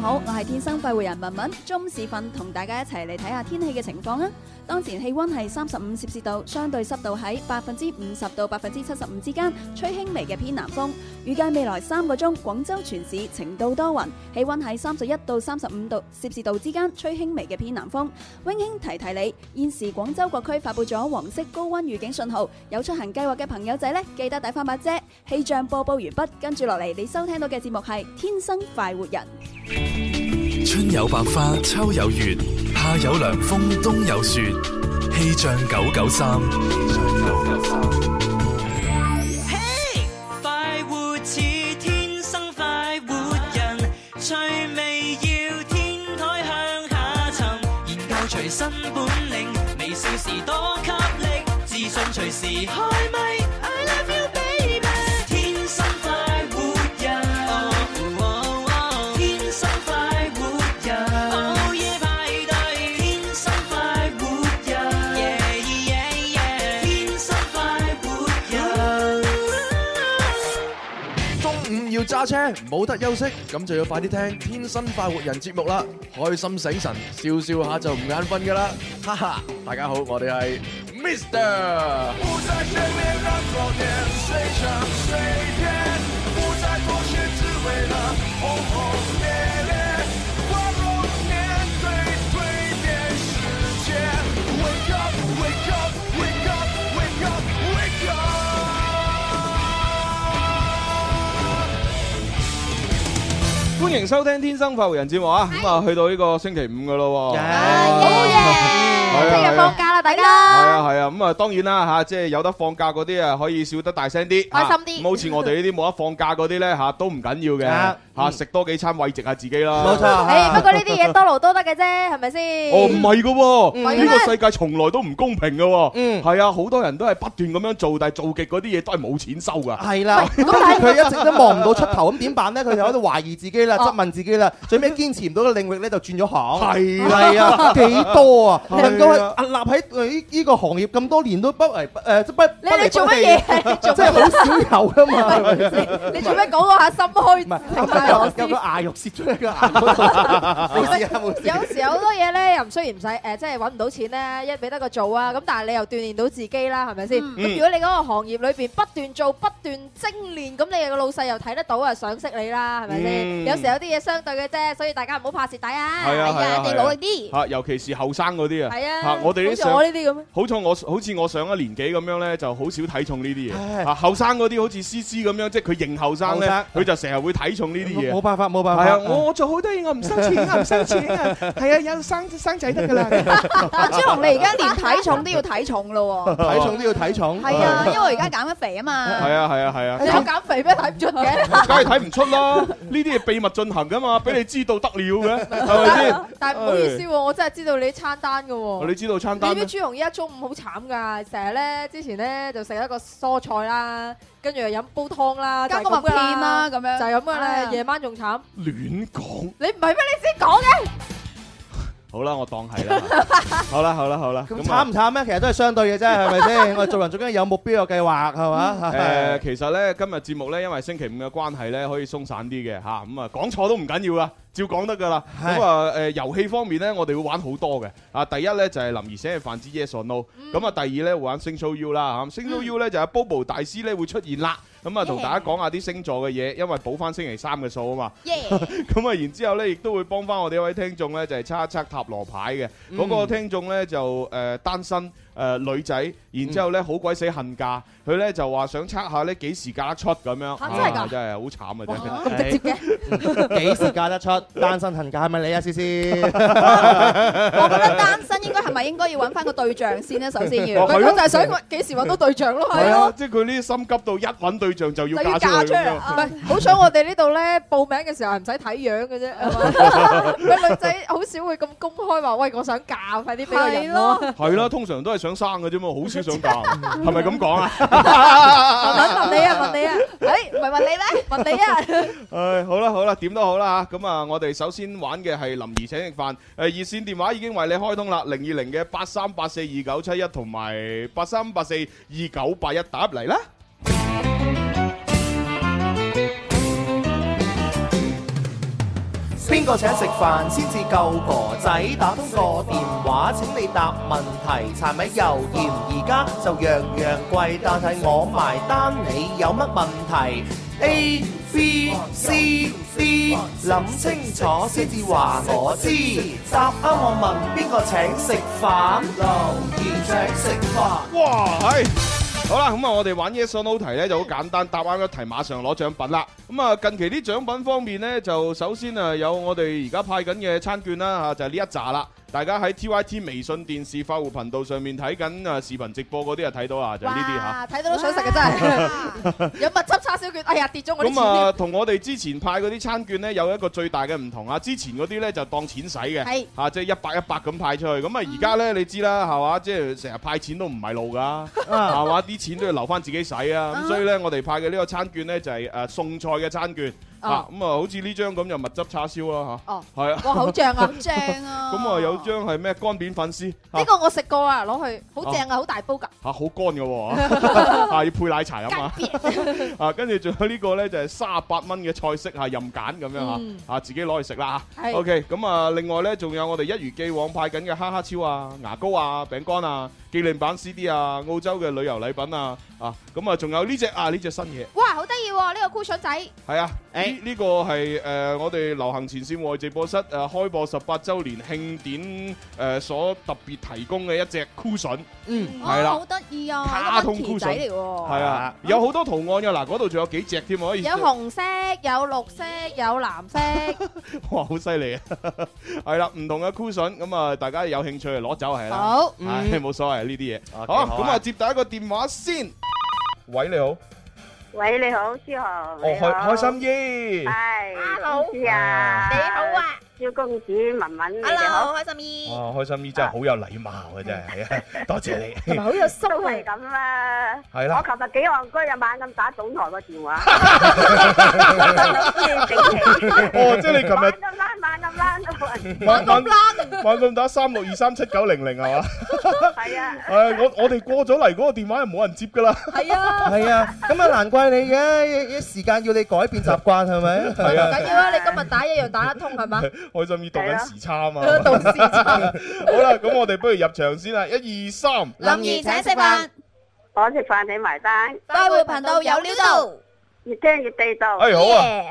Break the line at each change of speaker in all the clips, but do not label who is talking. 好，我係天生快活人文文。中午時分同大家一齊嚟睇下天氣嘅情況啊！當前氣温係三十五攝氏度，相對濕度喺百分之五十到百分之七十五之間，吹輕微嘅偏南風。預計未來三個鐘，廣州全市晴到多雲，氣温喺三十一到三十五度攝氏度之間，吹輕微嘅偏南風。温馨提提你，現時廣州各區發布咗黃色高温預警信號，有出行計劃嘅朋友仔呢，記得帶翻把遮。氣象播報完畢，跟住落嚟你收聽到嘅節目係《天生快活人》。
春有百花，秋有月，夏有涼風，冬有雪。氣象九九三，
快活似天生快活人，趣味要天台向下沉，研究隨身本領，微笑時多給力，自信隨時開咪。I love you baby，天生快活人，哦哦天生快活人，Oh, 午夜派對，天生快活人，yeah yeah yeah，天生快活人。
中午要揸車，冇得休息，咁就要快啲聽《天生快活人》節目啦！開心醒神，笑笑下就唔眼瞓噶啦，哈哈！大家好，我哋係 Mr。
歡迎收聽《天生快活人》節目啊！咁啊，去到呢個星期五噶咯喎，係啊，係啊。係啊係啊，咁啊當然啦嚇，即係有得放假嗰啲啊，可以笑得大聲啲，
開心啲
嚇咁好似我哋呢啲冇得放假嗰啲 咧嚇，都唔緊要嘅
啊
嚇，食多幾餐慰藉下自己啦。
冇錯啊
誒，不過呢啲嘢多勞多得嘅啫，係咪先？
哦，唔係噶喎，
係
呢
咩
個世界從來都唔公平噶喎。
嗯
係啊，好多人都係不斷咁樣做，但係做極嗰啲嘢都係冇錢收噶。
係啦，跟住佢一直都望唔到出頭，咁點辦 咧？佢就喺度懷疑自己啦，
哦
質問自己啦，最尾堅持唔到嘅領域咧，就轉咗行。
係啦，
係 啊，幾多啊？
係啊
能夠係屹立喺佢呢個行業咁多年都不為誒，即不不
你
離
你
不
做乜
棄
嘢？你做
真係
乜？
好少有噶嘛，係咪先
你做咩講到下心虛？
唔係啊
停晒我
有有
先
個牙肉攝咗喺個 牙嗰度，冇事啊，冇事。
有時有好多嘢咧，又唔雖然唔使誒，即係揾唔到錢咧，一俾得個做啊，咁但係你又鍛鍊到自己啦，係咪先？咁如果你嗰個行業裏邊不斷做、不斷精練，咁你個老細又睇得到啊，賞識你啦，係咪
嗯
先？有時有啲嘢相對嘅啫，所以大家唔好怕蝕底啊！
係啊係啊
係
係
你
啊
努力
嚇，尤其是後生嗰啲
啲，
啊，
係
嚇
啊，
我哋
好
啲
似
上
我呢啲咁。
好彩我好似我上一年紀咁樣咧，就好少睇重呢啲嘢。
唉
啊，後生嗰啲好似思思咁樣，即係佢認後生咧
後，
佢就成日會睇重呢啲嘢
冇。辦法，冇辦法。
係啊，我我做好多嘢，我唔收錢，我唔收錢 啊！係啊，有生生仔得㗎啦。
阿朱紅，你而家連體重都要睇重咯喎！
睇重都要睇重。
係啊，因為我而家減咗肥啊嘛。
係啊，係啊，係啊
你，有減肥咩？睇唔出 嘅。
梗係睇唔出啦。呢啲嘢秘密進行㗎嘛，俾你知道得了嘅，係咪 先？哦
但係唔好意思
哎
喎，我真係知道你啲餐單嘅喎。
你知道餐單
你
咩？
知朱紅依家中午好慘㗎，成日咧之前咧就食一個蔬菜啦，跟住又飲煲湯啦，
加
就
個
係咁
麥
㗎
片啦，
啦，
咁
就
樣
係咁㗎
哎
啦，
呀
夜晚仲慘。
亂講。
你唔係咩？你先講嘅。
好啦，我當係 啦。好啦，好啦，好啦。
咁
啊
慘唔慘咧？其實都係相對嘅啫，係咪先？我哋做人最緊要有目標、有計劃，啊係嘛？
誒，其實咧今日節目咧，因為星期五嘅關係咧，可以鬆散啲嘅嚇，咁啊講錯都唔緊要啊，照講得㗎啦。
係
咁啊誒遊戲方面咧，我哋會玩好多嘅。啊，第一咧就係林怡寫嘅飯之 Yes or
嗯
No，咁啊第二咧會玩星 show U 啦嚇，星 show U 咧就係 Bobo 大師咧會出現啦。咁啊，同大家講下啲星座嘅嘢，因為補翻星期三嘅數啊嘛。咁啊，然之後咧，亦都會幫翻我哋一位聽眾咧，就係測一測塔羅牌嘅
嗯
嗰個聽眾咧，就誒單身誒女仔，然之
嗯
後咧好鬼死恨嫁，佢咧就話想測下咧幾時嫁得出咁樣，
嚇真係㗎
啊真係好慘啊！真係。
哦
咁直接嘅，幾時嫁得出？單身恨嫁係咪你啊，思思？
我覺得單身應該係咪
咪應該要揾翻個對象先咧？首先
哦
要，
係
咪
咯
我就係想問幾時揾到對象咯，
係
係
啊，
咯，
即係佢呢啲心急到一揾對象就
就
要
要
嫁
嫁
出
出
去咁樣。
嚟。唔係，好彩我哋呢度咧報名嘅時候係唔使睇樣嘅 啫，係嘛咪女仔好少會咁公開話，喂，我想嫁，快啲俾個人咯。
係啦，通常都係想生嘅啫嘛，好少想 嫁，係咪咁講啊？
問你啊，問你啊，誒，唔係問你咩？問你啊，
唉，好啦好啦，點都好啦嚇，咁啊，我哋首先玩嘅係林兒請食飯，誒熱線電話已經為你開通啦，零二零嘅八三八四二九七一同埋八三八四二九八一打入嚟啦。
邊個請食飯先至夠哥仔？打通個電話請你答問題，柴米油鹽而家就樣樣貴，但係我埋單，你有乜問題？A B C D，諗清楚先至話我知。答啱我問邊個請食飯？留言請食飯。
哇，係。好啦，咁啊，我哋玩 Yes or No 題咧就好簡單，答啱一題馬上攞獎品啦。咁啊，近期啲獎品方面呢，就首先啊有我哋而家派緊嘅餐券啦，嚇就係呢一扎啦。大家喺 TYT 微信電視快活頻道上面睇緊啊視頻直播嗰啲啊睇到啊，就係呢啲嚇。
哇，睇到都想食嘅真係，有蜜汁叉燒卷，哎呀跌咗我啲錢
咁
添
啊，同我哋之前派嗰啲餐券呢，有一個最大嘅唔同啊！之前嗰啲呢，就當錢使嘅
係，嗯
嚇即係一百一百咁派出去。咁啊，而家呢，你知啦，係嘛？即係成日派錢都唔係路 㗎，係嘛？啲錢都要留翻自己使啊！咁所以呢，我哋派嘅呢個餐券呢，就係誒餸菜嘅餐券
哦
啊。咁啊，好似呢張咁就蜜汁叉燒啦
哦
嚇，係啊。
哇，好
à?
正啊！
正
ờ.
啊！
咁啊，有張係咩乾扁粉絲嚇
呢個我食過啊，攞去好正啊，好大煲㗎。
嚇，好乾嘅 喎，啊要 配奶茶飲啊。
邊
啊，跟住仲有呢個呢，就係三十八蚊嘅菜式嚇任揀咁樣
嗯
嚇，啊自己攞去食啦嚇。
係
OK，咁啊，另外呢，仲有我哋一如既往派緊嘅哈哈超啊、牙膏啊、餅乾啊、紀念版 CD 啊、澳洲嘅旅遊禮品啊，啊，咁啊，仲有呢只啊呢只新嘢，
哇，好得意喎！呢個 cushion 仔，
係啊，呢
誒
呢個係誒我哋流行前線戶外直播室誒開播十八週年慶典誒所特別提供嘅一隻 cushion，
嗯，
係啦
好得意啊！
卡通
係個 monkey 仔嚟喎，
係啊，有好多圖案㗎，嗱嗰度仲有幾隻添，可以
有紅色，有綠色，有藍色。
哇，好犀利啊！係啦，唔同嘅 cushion，咁啊，大家有興趣就攞走係啦，
好，
唉，冇所謂呢啲嘢。
啊
好，
幾好啊
咁啊，接第一個電話先。喂，你好，哦，
喂，你好，朱豪，
開開心姨
系，，hello，公子啊，
你
好啊，萧公子，文文，你哋好，
哇，哦開心姨真係好有禮貌啊，真係，係啊 多謝你。
都系咁啦，
係啦
我琴日幾戇居啊，晚咁打總台個電話，整起，
哦，即係你
晚
琴
咁啦，晚咁啦，係
日晚晚晚咁打三六二三七九零零係 嘛？
啊，
誒，我我哋過咗嚟嗰個電話就冇人接㗎啦。
係啊，
係啊，咁啊難怪你嘅，一一時間要你改變習慣係咪？
係
唔
啊，
緊要啊！你今日打一樣打得通 係嘛？
開心姨度緊時差啊嘛。
到時就
好啦，咁我哋不如入場先啦，一二三。
林怡請食飯，
我食飯你埋單，
快活頻道有料到。
越聽越地道，
哎，好啊！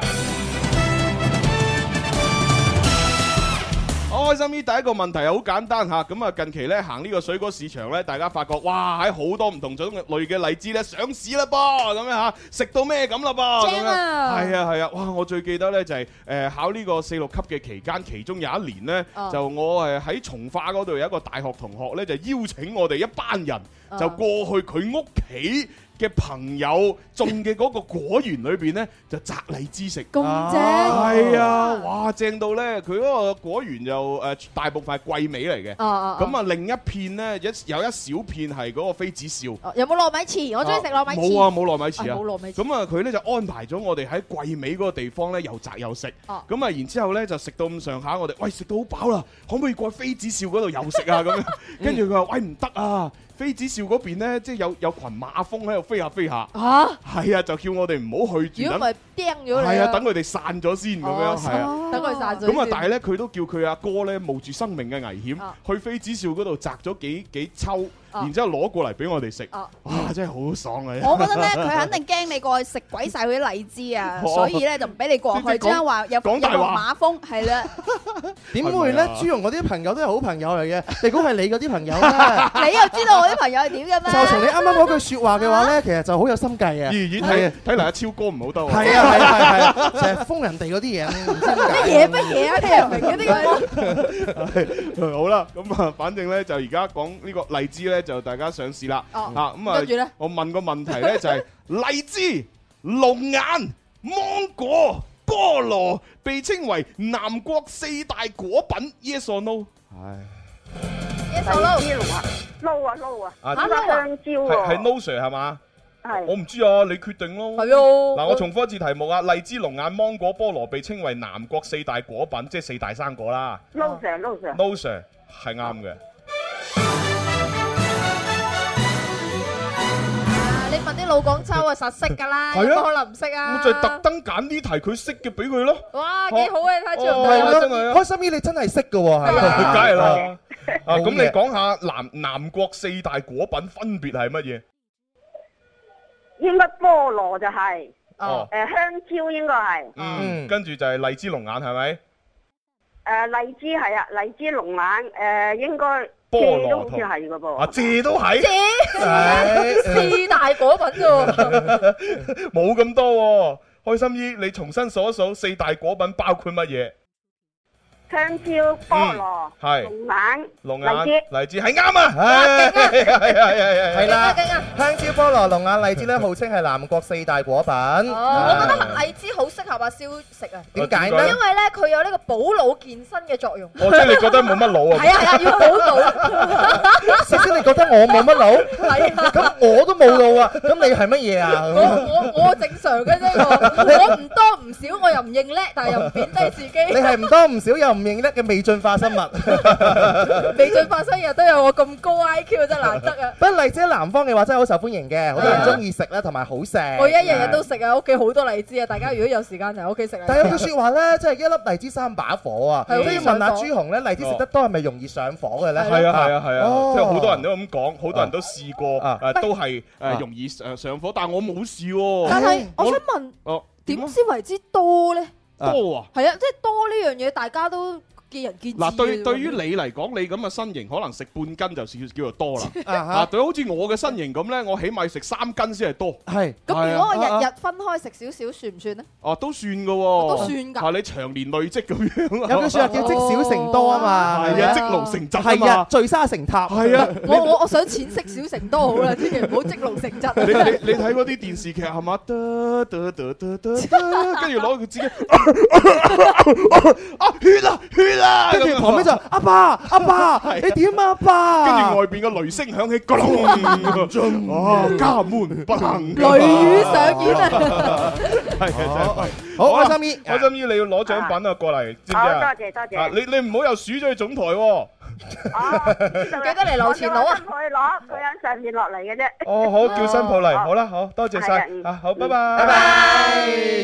我開心姨第一個問題好簡單嚇，咁啊近期咧行呢個水果市場咧，大家發覺哇喺好多唔同種類嘅荔枝咧上市啦噃，咁樣嚇食到咩咁啦噃，咁樣
正啊
係啊係啊，哇！我最記得咧就係誒考呢個四六級嘅期間，其中有一年咧
哦
就我誒喺從化嗰度有一個大學同學咧就邀請我哋一班人。
哦
就過去佢屋企嘅朋友種嘅嗰個果園裏邊呢，就摘荔枝食。
咁正，
係啊，哇，正到呢！佢嗰個果園就誒、呃大部分係桂味嚟嘅，
哦哦，
咁啊另一片呢，一有一小片係嗰個妃子笑。
哦有冇糯米糍？我中意食糯米糍。
冇啊，冇糯米糍
啊冇
啊。
糯米糍。
咁啊，佢呢就安排咗我哋喺桂尾嗰個地方呢，又摘又食。
哦
咁啊，然之後呢，就食到咁上下，我哋喂食到好飽啦，可唔可以過去妃子笑嗰度又食啊？咁 樣， 跟住佢話喂唔得啊，妃子笑嗰邊呢，即係有有群馬蜂喺度飛下飛下，
嚇！
係啊，就叫我哋唔好去住，
如
等
果唔係釘咗你
係啊，等佢哋散咗先咁樣，係啊。
等佢散咗
咁啊，
先
但係咧，佢都叫佢阿哥咧冒住生命嘅危險
啊
去妃子笑嗰度摘咗幾幾抽，
哦
然之後攞過嚟俾我哋食，
哦
哇！真係好爽啊！
我覺得咧，佢肯定驚你過去食鬼晒佢啲荔枝啊，
哦
所以咧就唔俾你過
即係
去，將話有有
講大話
馬蜂係啦，
點會咧
係咪啊？
朱容嗰啲朋友都係好朋友嚟嘅， 你估係你嗰啲朋友 咧？
你又知道我啲朋友係點嘅
就
咩？
從你啱啱嗰句説話嘅話咧，其實就好有心計啊！
咦咦，
係
睇
啊
睇嚟阿超哥唔好得喎。
係 啊係啊係啊係啊，成日封人哋嗰啲嘢，唔知點解
乜嘢乜嘢啊？聽唔明嗰啲
好啦，咁啊，反正咧就而家講呢個荔枝咧，就大家上市啦。
哦
啊，咁
跟住
啊
咧，
我問個問題咧就係荔枝、龍眼、芒果、菠蘿被稱為南國四大果品，yes or no？唉，
嘢手撈。
撈啊撈啊，
啊
加香蕉
係係
喎，
no sir 係嘛？
係
我唔知啊，你決定咯。
係咯。
嗱，我重複一次題目啊！荔枝、龍眼、芒果、菠蘿被稱為南國四大果品，即係四大生果啦。
撈上撈上，
No sir 係啱嘅。
啊，你問啲老廣州啊，實識㗎啦，
係啊
有冇可能唔識
我
啊？
就係特登揀呢題佢識嘅俾佢咯。
哇，幾好啊！你睇住
哦
係
係
咯
啊真係啊
開心姨你真係識嘅喎，係
梗
啊
係啦。啊，
冇嘢
咁你講下南南國四大果品分別係乜嘢？
應該菠蘿就係，
哦，
誒香蕉應該係，
嗯，
嗯
跟住就係荔枝龍眼係咪？
誒荔枝係啊，荔枝龍眼，誒應該
菠蘿
蔗都好似係嘅
啊，
噃，
蔗都係，
係
四大果品啫
冇咁多喎。開心姨，你重新數一數四大果品包括乜嘢？
香蕉、菠蘿、
係
龍眼、
龍眼、
荔枝。
荔枝係啱啊！
唉
係 係係
係啦
勁啊！
香蕉、菠蘿、龍眼、荔枝咧，號稱係南國四大果品。
喎。
Dạ.
哦，我覺得荔枝好適合阿蕭食啊，
Ờ,
點解
Vâng.
呢
因為咧佢有呢個補腦健身嘅作用。
我即係你覺得冇乜腦啊？
係啊係啊，要補腦。
首先你覺得我冇乜腦，
係啊。
咁我都冇腦啊，咁你係乜嘢啊？
我我我正常嘅啫，我我唔多唔少，我又唔認叻，但係又唔貶低自
你
己。
係唔多唔少又唔認得嘅未進化生物。
未進化生日都有我咁高 IQ 真係難得啊！
不過荔枝喺南方嘅話真係好受歡迎嘅，好多人中意食啦，同埋好食。
我而家
Dạ.
日日都食啊，屋企好多荔枝啊！大家如果有時間就喺屋企食
但有
荔
句
枝。
説話咧，即係一粒荔枝三把火啊！
係
都要問下
好
朱
易
紅咧，荔枝食得多係咪容易上火嘅咧？
係啊係啊係啊
哦，
即係好多人都咁講，好多人都試過，
啊
誒都係誒容易上上火，但係我冇試喎。
但係
唉
我想問，
哦，
點先為之多咧？
啊
多啊？
係啊，即係多呢樣嘢，大家都見仁見智嘅。
嗱，對對於你嚟講，你咁嘅身形可能食半斤就算叫做多啦。啊，
啊
對好似我嘅身形咁呢，我起碼食三斤先係多。
嚇，係
咁，如果我
係啊
日日分開食少少，算唔算咧？
哦，都算嘅喎。
都算㗎
啊，你長年累積咁樣啊。
有句説話叫積少成多啊嘛，
係
咪
啊，
啊
積勞成疾啊
係啊
嘛，。
聚沙成塔。
係啊，
我我我想淺色少成多好 啦，千祈唔好積勞成
你
疾。
你你睇嗰啲電視劇係嘛？得得得得得得，跟住攞佢自己啊血啊血啊，
跟
咁樣
住旁邊就阿爸阿爸，你點啊阿爸？
跟住外邊嘅雷聲響起，轟隆！哦，家門不幸。
雷雨上演啊！
係真係
哦好
好啊
開心姨，
開心姨，你要攞獎品啊，過嚟，知唔知
好多
啊？
謝多
啊，
謝，
你你唔好又鼠咗去總台喎。
哦，記
記得嚟留錢佬啊
可以攞，佢喺上面落嚟嘅啫。
哦，好，叫新抱嚟，
好
好啦，好多謝
係
晒
啊嗯
啊，好，拜拜，拜拜，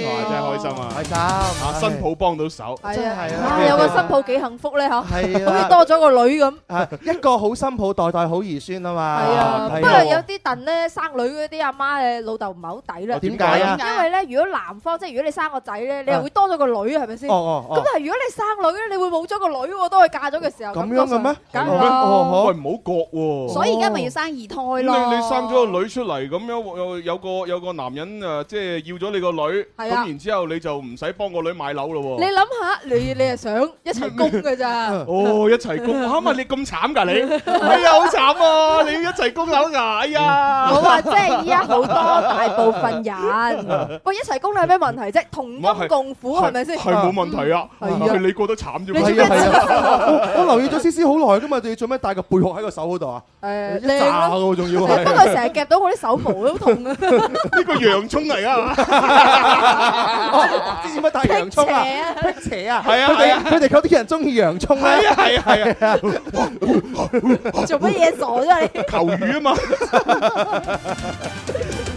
哇，真係開心啊！
開心啊
啊，新抱幫到手，
係啊，
真係啊
啊有個新抱幾幸福咧嚇，好
係
似
啊，
多咗個女咁。
啊一個好心抱，代代好兒孫啊嘛。
係啊，不
係
過有啲燉咧生女嗰啲阿媽誒老豆唔係好抵啦
哦。
點解啊？
因為咧，如果男方即係如果你生個仔咧，你又會多咗個女係咪先？
哦
咁
哦
但
啊
哦，
係如果你生女咧，你會冇咗個女喎，當佢嫁咗嘅時候。
咁樣嘅咩
多數梗係
好咩哦
啦。
喂，唔好覺喎。
所以而家咪要生二胎
你
咯。
你生咗個女出嚟，咁樣有有個有個男人誒，即係要咗你個女，咁
係啊
然之後你就唔使幫個女買樓咯
你
喎。
諗下， 你你係想一齊供嘅咋？
哦，一齊 供嚇嘛！你咁慘㗎你，哎呀好慘啊！你要一齊供樓㗎，哎呀！
我話即係依家好多大部分人，喂一齊供樓有咩問題啫？同
唔係
甘共苦係咪先？
係冇問題啊，
嗯係啊
係你覺得慘啫
你
嘛
做。
係
咩
啊係啊， 我我留意咗思思好耐噶嘛，你做咩戴個貝殼喺個手嗰度啊？
誒
一
靚
炸
咯。
喎，哦仲要
不過
係。
佢成日夾到我啲手毛都痛啊！
呢個洋葱嚟啊！
哦知唔知乜戴洋 葱啊？
邪啊！
辟邪啊！
係啊
佢
係
哋
啊
佢哋嗰啲人中意洋葱咧
係。啊係啊係啊，
做乜嘢傻啫你？
求 雨啊嘛。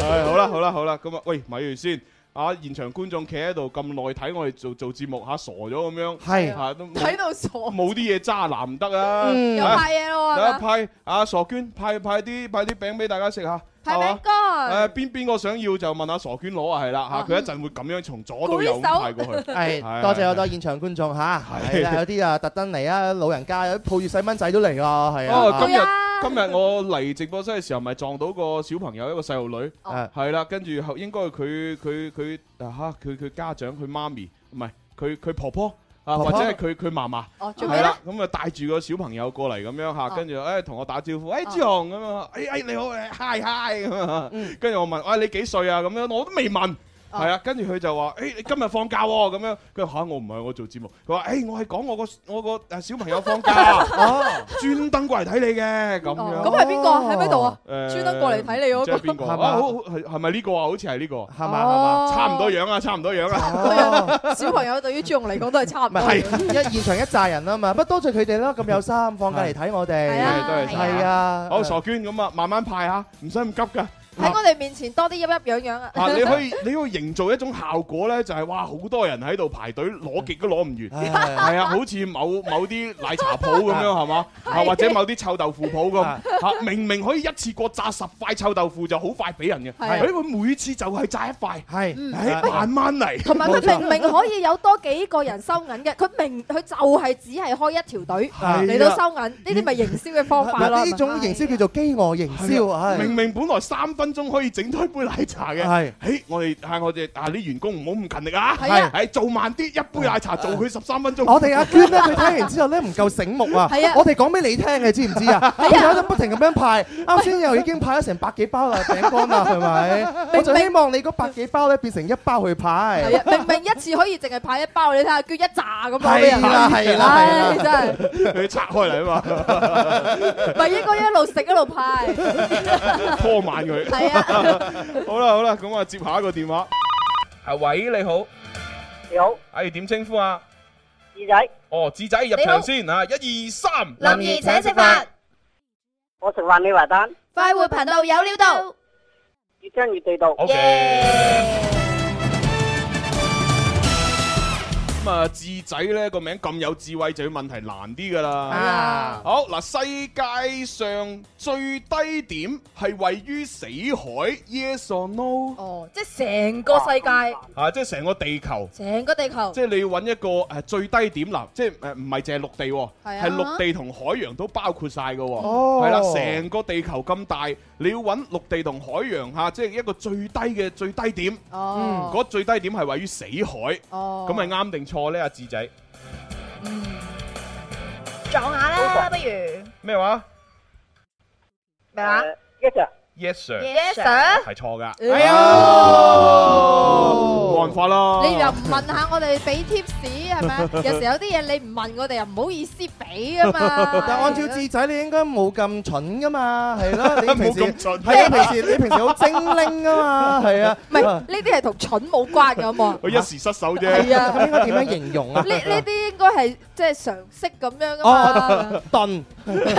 唉，好啦好啦好啦，咁啊，喂，咪住先。啊現場觀眾企喺度咁耐睇我哋做做節目嚇傻咗咁樣，
係
嚇都冇
睇到傻，
冇啲嘢渣男唔得啊！
嗯
又
啊
派嘢咯
啊
喎，
派阿傻娟派派啲派啲餅俾大家食下，
派
係
餅
嘛
乾，
誒啊邊邊個想要就問阿傻娟攞啊，係啦嚇，佢一陣會咁樣從左到右
嗯舉手
咁派過去。
係，
係，
多謝
係，
好多現場觀眾嚇，
係。
係啦，有啲啊特登嚟啊，老人家，有啲抱住細蚊仔都嚟啊，係啊。
哦，今日
係啊
今日我嚟直播室嘅時候，咪撞到個小朋友一個細路女，
哦。
啊
係啦，跟住後應該佢佢佢啊嚇佢佢家長佢媽咪唔係佢佢婆婆啊，
婆
或
婆
者係佢佢嫲嫲。
哦，做咩
係
咧
啦？，咁啊帶住個小朋友過嚟咁樣
哦
嚇，跟住誒同我打招呼，誒朱紅咁啊，誒誒你好誒，hi hi 咁啊
嗯，
跟住我問，誒你幾歲啊？咁樣我都未問。
哦
係啊，跟住佢就話：，誒、你今日放假喎、咁樣。佢話嚇，我唔係我做節目。佢話：，誒、哎我係講我個我個誒小朋友放假 啊，
哦
專登過嚟睇你嘅咁
哦
樣。
咁係邊個啊？喺邊度啊？
誒
專登過嚟睇你嗰個
即係邊個啊？
係嘛
啊好好係係咪呢個啊？好似係呢個啊，
係嘛，
哦
差唔多。樣啊，差唔多樣啊。
係嘛？哦，唔係，
小朋友對於朱紅嚟講都係差唔多。
係
一現場一紮人啊嘛，不過多謝佢哋啦，咁有心放假嚟睇我哋。
係啊
多謝晒
係啊，
好傻娟咁啊，慢慢派嚇，唔使咁急㗎。
喺我哋面前多啲一一樣樣啊！
啊！你可以你可以營造一種效果咧，就係哇好多人喺度排隊攞極都攞唔完，
唉，
係啊，好似某某啲奶茶鋪咁樣係嘛，啊
係
或者某啲臭豆腐鋪 咁
啊
嚇，明明可以一次過炸十塊臭豆腐就好快俾人嘅，
係啊
誒佢每次就係炸一塊，
係，
誒
啊
慢慢嚟，
同埋佢明明可以有多幾個人收銀嘅，佢明佢就係只係開一條隊
啊
嚟到收銀，呢啲咪營銷嘅方法咯。
呢種營銷叫做飢餓營銷，唉。
啊明明本來三分鐘可以整多一杯奶茶嘅，
係
誒我哋啊我哋啊啲員工唔好咁勤力啊，
係啊
誒做慢啲，一杯奶茶做佢十三分鐘。
我哋阿娟咧，佢睇完之後咧唔夠醒目 啊！
係啊
我哋講俾你聽嘅，知唔知啊？佢喺度不停咁樣派，啱先又已經派咗成百幾包啦餅乾啦，係咪？我就希望你嗰百幾包咧變成一包去派
係。啊，明明一次可以淨係派一包，你睇下捐一扎咁樣
係啊
俾人
啦，係啦，
唉，
係
真
啦。
係
佢拆開嚟啊
咪應該一路食一路派，
嘛，拖慢佢。
係啊，
好啦好啦，咁啊接下一個電話。啊喂，你好，
你好，
哎點稱呼啊？
二仔，
哦，智仔入
你好
場先啊，一二三，
林怡請食飯，
我食飯你埋單，
快活頻道有料到，
越聽越地道。
O K。咁啊，智仔咧個名咁有智慧，就要問題難啲噶啦。
啊，
好嗱，世界上最低點係位於死海，yes or no？
哦，即係成個世界，
啊，即係成個地球。
成個地球
即，係你要揾一個誒最低點啦，即係誒唔係淨係陸地喎，
係啊
係陸地同海洋都包括晒嘅喎，
哦
係啦，成個地球咁大，你要揾陸地同海洋嚇，即係一個最低嘅最低點，
哦，
嗰最低點係位於死海，咁
哦，
係啱定錯呢？阿智仔
嗯撞下啦，不如
咩話
咩話
誒一隻
？Yes sir，
？Yes sir，
係錯㗎，
哎呀
冇辦法啦，啊
你又唔問下我哋俾 tips 係咪啊？有時有啲嘢你唔問我哋又唔好意思俾啊嘛。
但按照智仔，你應該冇咁蠢噶 嘛，係咯？你
冇
平時
咁蠢，
係啊，平時你平時好精靈噶嘛，係啊。
唔係
啊
呢啲係同蠢冇關嘅好冇啊？
佢一時失手啫，
係啊，
咁應該點樣形容啊
呢？呢啲應該係即係常識咁樣噶
Ờ.
嘛
哦。，頓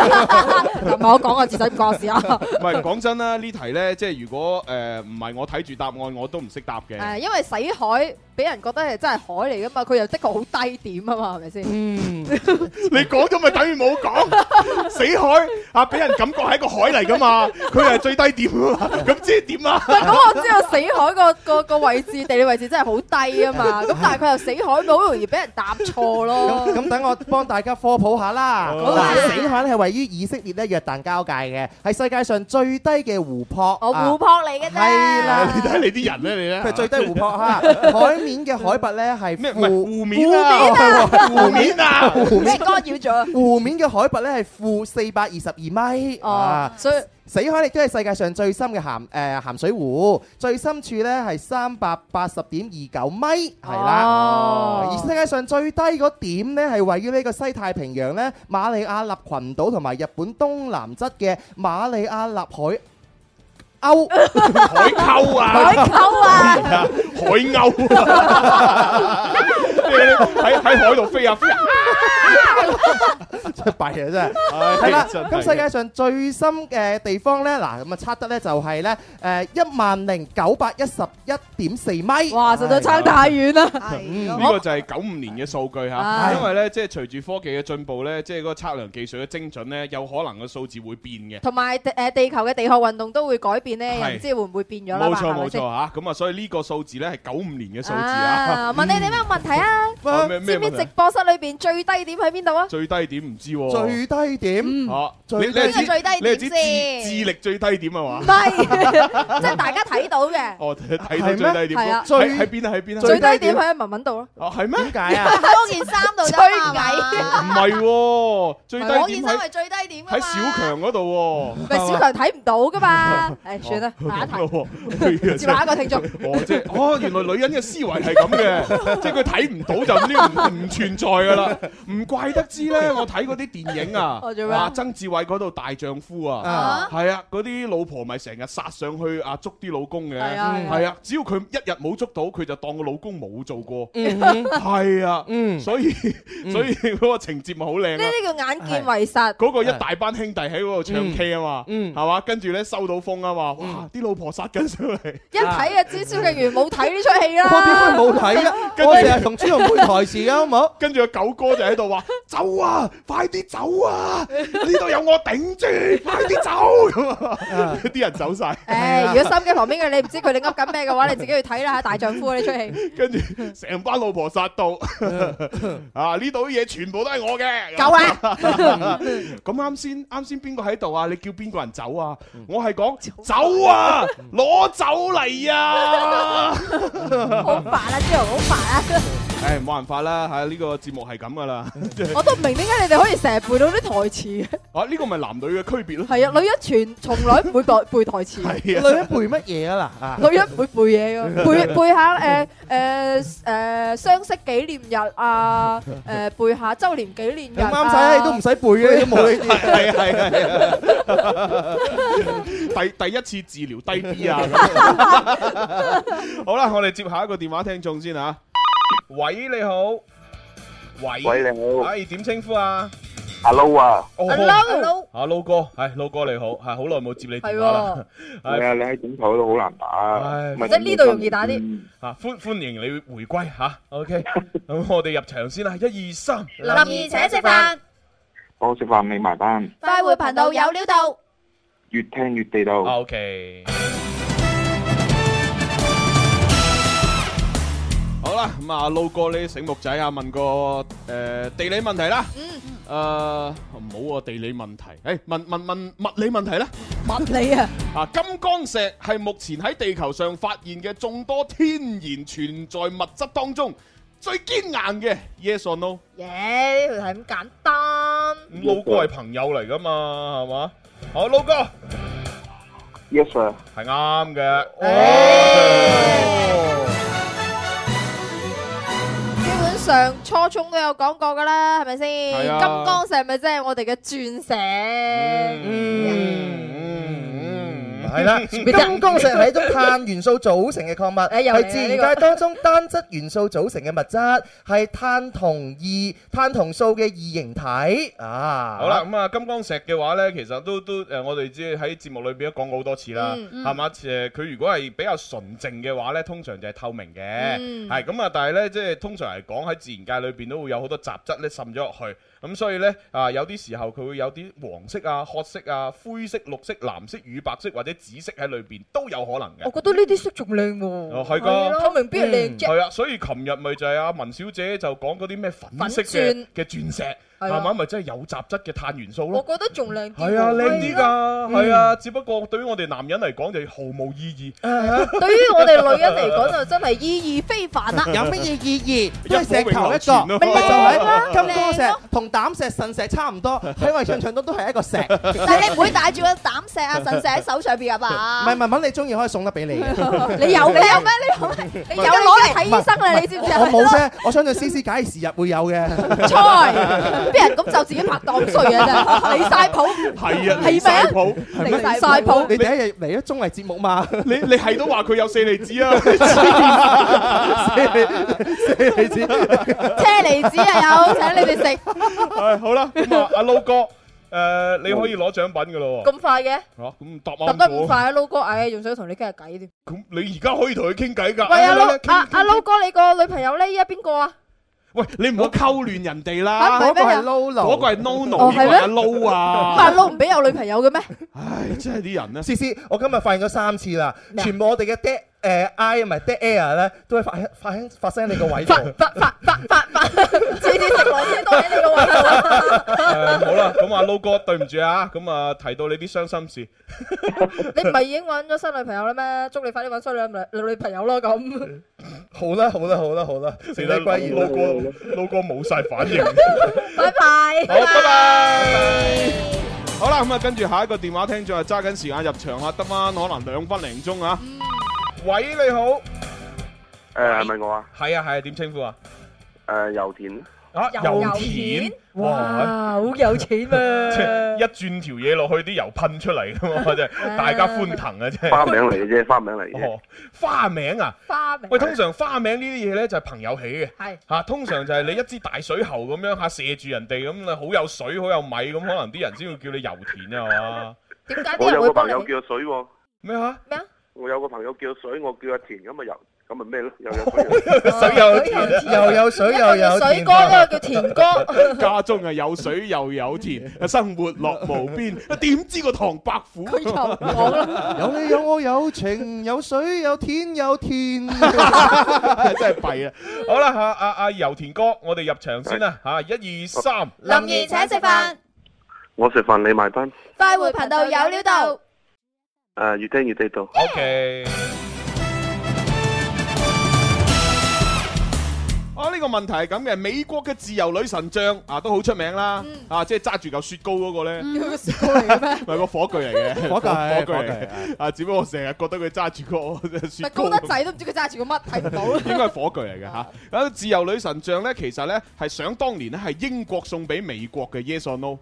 唔係我講我自己唔關我事啊。
唔係講真啦，呢題呢，即係如果誒唔係我睇住答案，我都唔識答嘅。
誒，À, 因為死海俾人覺得係真係海嚟噶嘛，佢又的確好低點啊嘛，係咪先？
嗯。
你講咗咪等於冇講，死海啊，俾人感覺係一個海嚟噶嘛，佢係最低點啊嘛，咁即係點啊？
喂，咁我知道死海個個個位置地理位置真係好低啊嘛，咁但係佢又死海，咪好容易俾人答錯咯。
哦
咁咁等我幫大家科普下啦。
好啊
嗱，死海咧係位於以色列咧約旦交界嘅，係世界上最低嘅湖泊。
哦
我湖泊嚟嘅啫。
係啦
你睇下你啲人咧，你咧
佢係最低 湖泊嚇，海面嘅海拔咧係
咩唔係
負
湖面啊？湖面啊！
湖面
咩干擾咗？
湖面嘅海拔咧係負四百二十二米。
哦
啊，
所以
死海亦都係世界上最深嘅鹹誒鹹水湖，最深處咧係三百八十點二九米，係啦。而世
哦，
界上最低嗰點呢，係位於呢個西太平洋呢馬里亞納群島同埋日本東南側嘅馬里亞納海 鷗。
海溝啊！海
溝啊！
鷗啊！喺喺海度飛啊飛啊！
真係弊啊！真 係。
唉
係啦，
真係
咁世界上最深嘅地方咧，嗱咁啊測得咧就係咧誒一萬零九百一十一點四米。
哇，實在差太遠啦！
呢個就係九五年嘅數據嚇，
啊
唉
因為咧即係隨住科技嘅進步咧，即係嗰個測量技術嘅精準咧，有可能個數字會變嘅。
同埋地誒地球嘅地殼運動都會改變咧，
係
又唔知會唔會變咗啦
冇錯
嘛？係
冇
咪
錯
先？
嚇，咁啊，所以呢個數字咧係九五年嘅數字啊。
啊！問你哋咩問題啊？
啊 咩
知
咩
唔知
問
直
題？
播室裏邊最低點喺邊度啊？
最低點唔知喎。
最低點，
嗯
哦，你
最
你係指
邊個最低點
你係指
先
智智力最低點啊
唔
嘛？
係， 即係大家睇到嘅
哦，睇
係
到
咩
最低點
係啊
喎，喺喺邊啊？喺邊啊？
最
最低
低
點
點
喺文文度咯。
哦，係咩？
點解 啊？
喺嗰件衫度啫嘛，
唔係喎，最
嗰
低
件
點
衫
啊
喺
係最低點㗎嘛。
喺小強嗰度喎。
咪小強睇唔 到噶嘛？誒，算啦，下一題，
咁咯喎，
接下一個聽眾。
哦，即係哦，原來女人嘅思維係咁嘅，即係佢睇唔到就呢個唔唔存在㗎啦。唔怪得知咧，我睇嗰啲電影啊
哦做，咩
啊曾志偉嗰度大丈夫啊，係啊，嗰啲老婆咪成日殺上去啊捉啲老公嘅，
係啊係啊
係啊，只要佢一日冇捉到，佢就當個老公冇做過，係啊，
嗯，
所以所以嗰個情節咪好靚
呢
啊。
啲叫眼見為實。
嗰個一大班兄弟喺嗰度唱 K 啊嘛，
嗯
係嘛？跟住咧收到風啊嘛，哇！啲老婆殺緊上嚟，
一睇就知蕭敬元冇睇呢出戲
我點
啦。
會冇睇啊？我成日同朱紅背台詞啊，好冇？
跟住個狗哥就喺度 話：走啊，快啲走 啊！呢度有我頂住，快啲走咁 啊！哎啲人走 晒，
誒，如果心機旁邊嘅你唔知佢哋噏緊咩嘅話，你自己去睇啦嚇《大丈夫》呢出戲。
跟住成班老婆殺到 啊！呢度啲嘢全部都係我嘅。
夠啦！
咁啱先，啱先邊個喺度啊？你叫邊個人走啊？我係講走啊，攞走嚟 啊！
好煩啊，朱紅好煩啊！
唉，冇辦法啦，嚇呢個節目係咁噶啦。
我都唔明點解你哋可以成日背到啲台詞嘅。
啊，呢個咪男女嘅區別咯。
係啊，女人全從來唔會背背台詞嘅。
係
女人背乜嘢啊嗱啊？
女人唔會背嘢㗎，背背下誒誒誒相識紀念日啊，誒背下周年紀念日
咁
啊
啱晒啦，你都唔使背嘅，你都冇呢
係係係，第第一次治療低 B 啊！咁好啦，我哋接下一個電話聽眾先吓。喂，你好，喂，
喂，你好
哎，點稱呼啊？
，Hello 啊，
哦
嬲
啊，撈哥，係撈哥你好，係好耐冇接你
係
電話啦
喎，，
係啊，你喺枕頭都好難
唉
打，咪
即係呢度容易打啲
嗯
吓啊歡歡迎你回歸吓，OK，咁我哋入場先啦，啊一二三，
林兒請食飯，
我食飯未埋單，
快活頻道有料到。
越聽越地
Ah,
道。
OK。好啦，咁啊，路過你醒目仔啊，問個誒、呃地理問題啦。嗯。誒唔好啊，地理問題，誒、問問問物理問題啦。
物理啊，
啊，金剛石係目前喺地球上發現嘅眾多天然存在物質當中最堅硬嘅。Yes or no？
耶，呢條係咁簡單。
路哥係朋友嚟噶嘛，係嘛？好，路哥
Yes sir，
係啱嘅。
基本上初中都有講過㗎啦，係咪先？
係啊
金剛石咪即係我哋嘅鑽石，
嗯，
啲。係啦，金剛石係一種碳元素組成嘅礦物，
哎又嚟啦
係自然界當中單質元素組成嘅物質，係碳同二碳同素嘅異形體啊。
好啦，咁啊，金剛石嘅話咧，其實都都誒，我哋知喺節目裏邊都講過好多次啦，係嘛？誒，佢如果係比較純淨嘅話咧，通常就係透明嘅，係咁啊。但係咧，即係通常嚟講喺自然界裏邊都會有好多雜質咧滲咗落去，咁所以咧啊，有啲時候佢會有啲黃色啊、褐色啊、灰色、綠色、藍色、乳白色或者紫色喺裏邊都有可能
我
嘅。
覺得呢啲色仲靚喎，
哦係㗎
透明邊係靚啫？
係啊，所以琴日咪就係阿文小姐就講嗰啲咩粉色嘅嘅鑽石，係嘛？咪真係有雜質嘅碳元素咯
我。覺得仲靚啲喎，
係啊，靚啲㗎，係啊，只不過對於我哋男人嚟講就毫無意義，
對於我哋女人嚟講就真係意義非凡 啦。
有乜嘢意義？都係
一
石
股
頭
永流
一
傳咯
個，咪就係金剛石同膽石、腎石差唔多，喺我哋印象中都係一個石。
但係你唔會戴住個膽石啊、腎石喺手上邊
㗎嘛？
唔係文文，你中意可以送得俾你嘅。
你有嘅有咩？你有咩？你有你攞嚟睇醫生啦！你知唔知啊？
我冇啫，我相信 C C 解時日會有嘅。
菜，邊人咁就自己拍檔衰啊！真係離晒譜。
係啊，
係咪啊
離晒譜係咩
離晒譜
你第一日嚟咗綜藝節目嘛？
你你係都話佢有四厘子 啊？
四厘子，
車厘子啊有，請你哋食
唉，好啦，咁啊，阿 Low 哥，誒，你可以攞獎品噶咯喎。
咁快嘅，
嚇，咁答
揼
啱
得咁快
咗。
啊，撈哥，唉，仲想同你傾下偈添。
咁你而家可以同佢傾偈㗎。哎
喂，阿
嚟
啊
嚟嚟
Lo 阿阿 Lo 哥，你個女朋友咧，依家邊個啊？
喂，你唔好溝亂人哋啦。
啊唔係咩啊嗰個係
Lolo，嗰個係 Nono，
哦
呢
係
個
咩
係阿 Low
咁阿
啊。
Lo 唔俾有女朋友嘅咩？
唉，真係啲人啊咧。
思思，我今日發現咗三次啦，
咩啊
全部我哋嘅 dead 誒 I 唔係 dead air 咧，都係發喺發喺發生喺你個位度。
次次食螺絲多喺你個位度啊，
誒好啦，咁啊，Low 哥，對唔住啊，咁啊，提到你啲傷心事。
你唔係已經揾咗新女朋友啦咩？祝你快啲揾新女女朋友咯咁。
好啦好啦好啦好啦，
死
成
啦
你歸
，Low
然啦。
哥，Low 哥冇晒反 應。
拜拜。
好，拜拜。好啦，咁啊，跟住下一個電話聽眾啊，揸緊時間入場啦，得翻可能兩分零鐘啊。喂，你好。
诶，系咪我啊？
係啊，係啊，點稱呼啊？
诶，油田
啊，
油
油
田
田，
哇，好有錢啊！
即係一轉條嘢落去，啲油噴出嚟噶 嘛，真係大家歡騰啊，真係。
花名嚟嘅啫，花名嚟嘅啫。
哦，花名啊！
花名
喂，通常花名呢啲嘢咧就係朋友起嘅，
係
嚇、通常就係你一支大水喉咁樣嚇射住人哋咁，你好有水好有米咁，可能啲人先會叫你油田啊係嘛？
點解
我
啲人
有
會
個朋
幫你
友？叫水喎，
咩啊？
咩啊？
我有個朋友叫水，我叫阿田，咁咪油，咁咪咩咯？又有水。
Ờ,
水有田，
又有水又
一個
有
叫水
甜
哥，一個叫田哥。
家中啊有水又有田，生活樂無邊。點知個唐伯虎？
佢就唔講 啦，
有你有我有情有水有天 有田。
真係弊啊！好啦，嚇阿阿油田哥，我哋入場先啦嚇，一二三。
林怡請食飯，
我食飯你埋單，
快活頻道有料到。
诶，越聽越地道。
O K。啊！呢、個問題係咁嘅，美國嘅自由女神像啊都好出名啦，啊即係揸住嚿雪糕嗰個 咧，
叫佢雪糕嚟嘅咩？
唔係個火炬嚟嘅，
火
火炬
炬火
嚟
炬
嘅啊！只不過我成日覺得佢揸住個雪
咪
糕
高得
咁。
滯都唔知佢揸住個乜，睇唔到。
應該係火炬嚟嘅嚇。啊，自由女神像咧，其實咧係想當年咧係英國送俾美國嘅 Yes or No。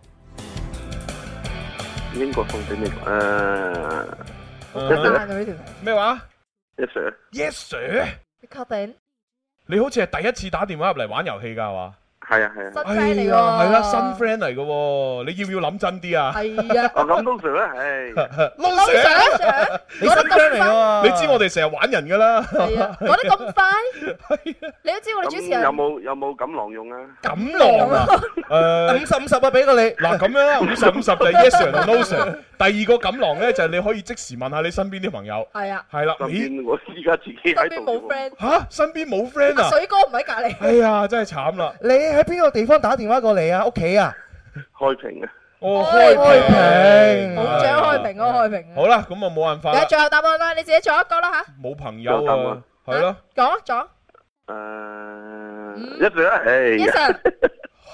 英國送俾美國，诶
好難啊呢條題，
咩話
，yes sir，
？Yes sir，
你確定？
你好似係第一次打電話入嚟玩遊戲㗎係嘛？哎
係啊係 啊。
新 friend 嚟喎。
係啦，新 friend 嚟嘅喎，你要唔要諗真啲啊？
係啊。
哦，咁通常咧， 唉，
撈
老
上，
想想，
你新 friend 嚟㗎嘛？
你知我哋成日玩人噶 啦，
係啊，講得咁快，你都知我哋主持
咁
人
有冇有冇咁狼用啊？
咁浪啊！
五
誒，
十五十啊，俾個你。
嗱咁樣啦，五十五十就 係 yes sir 同 no sir。第二個錦囊咧就係你可以即時問下你身邊啲朋友，
係啊，
係啦，
身
咦
邊我依家自己
身
喺
邊
度
冇
啫喎。
friend，
吓，身邊冇 friend
阿
啊？
水哥唔喺隔離，
哎呀，真係慘啦！
你喺邊個地方打電話過嚟啊？屋企啊？
開屏啊！
哦，
開
開
屏
屏，
冇獎開明嗰個開明。
好啦，咁啊冇辦法
有
啦，
最後答案啦，你自己做一個啦吓，
冇朋友
有答案
啊，係咯，
講啊講。
誒，yes sir 啊，唉，
Ừ. Yes sir，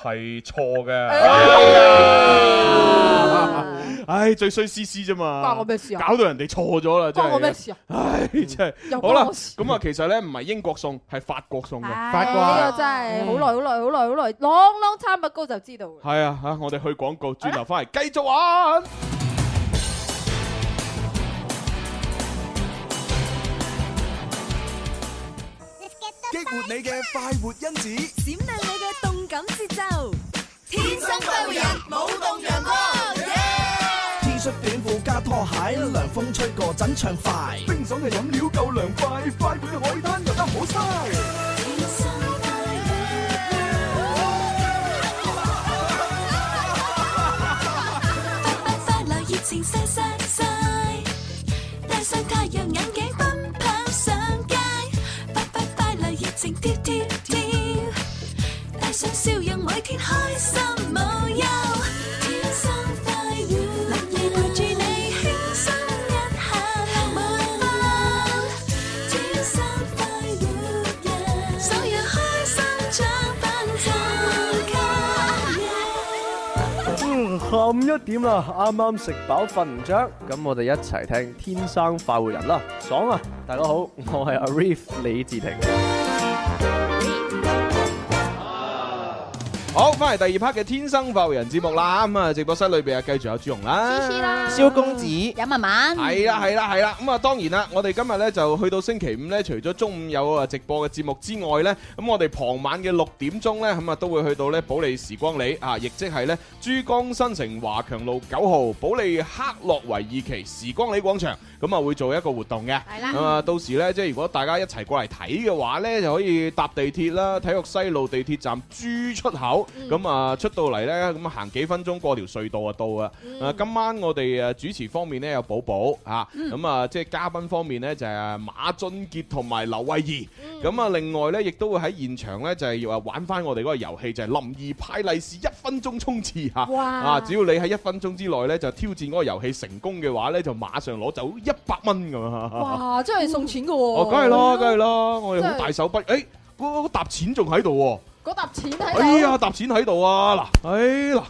係錯嘅。
哎
哎呀唉，最衰 C C 啫嘛，
關我咩事啊
搞到人哋錯咗啦，真係。
關我咩？事啊？
唉，真係。
又
好啦，
關我事。
咁啊，其實咧唔係英國送，係法國送嘅。
法國
呢個真係好耐好耐好耐好耐，long long time ago 就知道啦。
係啊，吓我哋去廣告，轉頭翻嚟繼續玩。
激活你嘅快活因子。
闪亮你嘅动感节奏。天生快活人，舞动阳光。
T 恤短褲加拖鞋，涼風吹過陣暢快。冰爽嘅飲料夠涼快，快活海灘游得好嘥。
天生快活。快快快樂熱情晒晒晒，戴上太陽眼鏡奔跑上街，快快快樂熱情跳跳跳，帶上笑容每天開心無憂，天生快活，樂意陪住你輕鬆一下，無憂，天生快活人，所有開心獎品就靠你。
嗯，好
下午一點啦，啱啱食飽瞓唔着，咁我哋一齊聽《天生快活人》啦，爽啊！大家好，我係 Arif 李志廷。
好，翻嚟第二 part 嘅《天生快活人》節目啦，咁啊，直播室裏邊啊，繼續有朱紅啦，
蕭公子，有文文，
係啦係啦係啦，咁啊當然啦，我哋今日咧就去到星期五咧，除咗中午有啊直播嘅節目之外咧，咁我哋傍晚嘅六點鐘咧，咁啊都會去到咧保利時光里啊，亦即係咧珠江新城華強路九號保利克洛維二期時光里廣場，咁啊會做一個活動嘅，
啦
咁啊到時咧即係如果大家一齊過嚟睇嘅話咧，就可以搭地鐵啦，體育西路地鐵站 G 出口，咁啊出到嚟咧，咁啊行幾分鐘過條隧道就到啊，啊今晚我哋誒主持方面咧有寶寶啊，
嗯
咁啊即係嘉賓方面咧就係馬俊傑同埋劉慧儀，咁啊另外咧亦都會喺現場咧就係話玩翻我哋嗰個遊戲就係林兒派利是一分鐘衝刺嚇，
哇
啊只要你喺一分鐘之內咧就挑戰嗰個遊戲成功嘅話咧就馬上攞走一百蚊咁啊！
哇，真係送錢嘅喎。
哦，梗係啦，梗係啦，我哋
真
好
係
大手筆，誒嗰嗰沓錢仲喺度喎。
嗰沓錢喺度。
哎呀，沓錢喺度啊！嗱，哎嗱，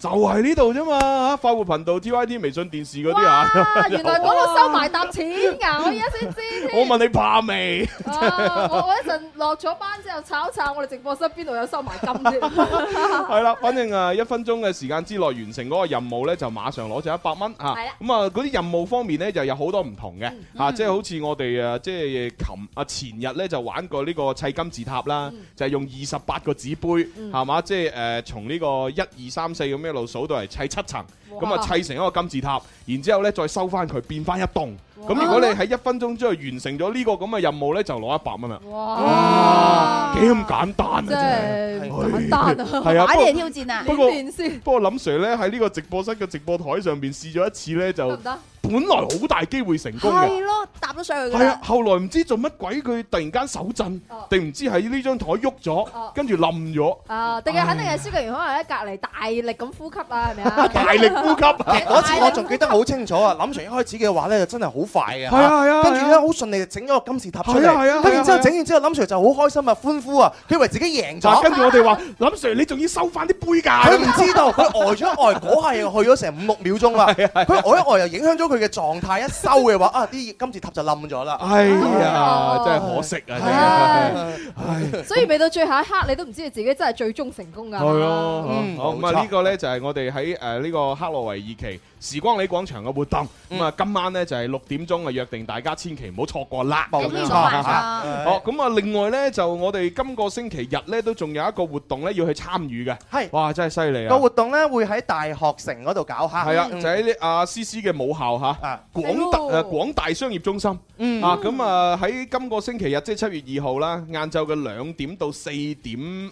就係呢度啫嘛，嚇快活頻道 T Y T 微信電視 嗰啲啊
啊，。原來嗰度收埋沓錢㗎，我而家先知添。
我問你怕 未？
啊我我一陣落咗班之後炒一炒，我哋直播室邊度有收埋金 啫？
係啦，反正啊，一分鐘嘅時間之內完成嗰個任務咧，就馬上攞咗一百蚊啊
係啦！嗯
咁啊，嗰啲任務方面咧，就有好多唔同嘅啊，即係好似我哋啊，即係琴啊前日咧就玩過呢個砌金字塔啦，
嗯
就係用二十八個紙杯
嗯
係嘛，即係誒從呢個一二三四咁一路數到嚟砌七層，咁
哇
啊砌成一個金字塔，然之後咧再收翻佢變翻一棟。咁
哇
如果你喺一分鐘之內完成咗呢個咁嘅任務咧，就攞一百蚊啦。
哇！
幾咁簡單啊！真係〜
真係簡 單啊！
係啊，
嚟
不
挑戰啊！
不過不過林 Sir 咧喺呢個直播室嘅直播台上邊試咗一次咧，就
得唔得
本來好大機會成功
係
嘅。
咯，搭咗上去㗎
係啊
啦，，
後來唔知做乜鬼，佢突然間手震，定唔知喺呢張台喐咗
哦，
跟住冧咗，
啊，定係肯定係蕭敬元可能喺隔離大力咁呼吸啊，係咪啊？
大力呼吸。
嗰次我仲記得好清楚啊！林 Sir 一開始嘅話咧，就真係好快嘅。
係啊係啊
跟住咧好順利就整咗個金字塔出
係啊係啊
嚟。跟
係啊
住之後整完之後，林 Sir 就好開心啊，歡呼啊！佢以為自己贏
嗱
咗。
跟住我哋話：林 Sir 你仲要收翻啲杯啊㗎？
佢唔知道，佢呆咗一呆，嗰下又去咗成五六秒 鐘啦。佢呆一呆又影響咗佢嘅狀態，一收嘅話啊，啲金字塔就 冧咗啦。
哎呀，真係可惜啊！真係
唉
所以未到最後一刻，你都唔知道自己真係最終成功㗎。
係咯，
嗯
好咁
冇
啊！
錯
呢個呢就係我哋喺誒呢個克洛維二期時光里廣場嘅活動。咁啊，今晚呢就係六點鐘啊，約定大家千祈唔好錯過啦。
冇
咁樣
錯
啊
係
好咁啊，另外呢，就我哋今個星期日呢都仲有一個活動呢要去參與嘅。
係
哇，真係犀利啊
個！活動咧會喺大學城嗰度搞下。
係啊，就
嗯
喺呢阿思思嘅母校嚇，廣大誒廣大商業中心
嗯
啊，咁啊喺今個星期日即係七月二號啦，晏晝嘅兩點到四點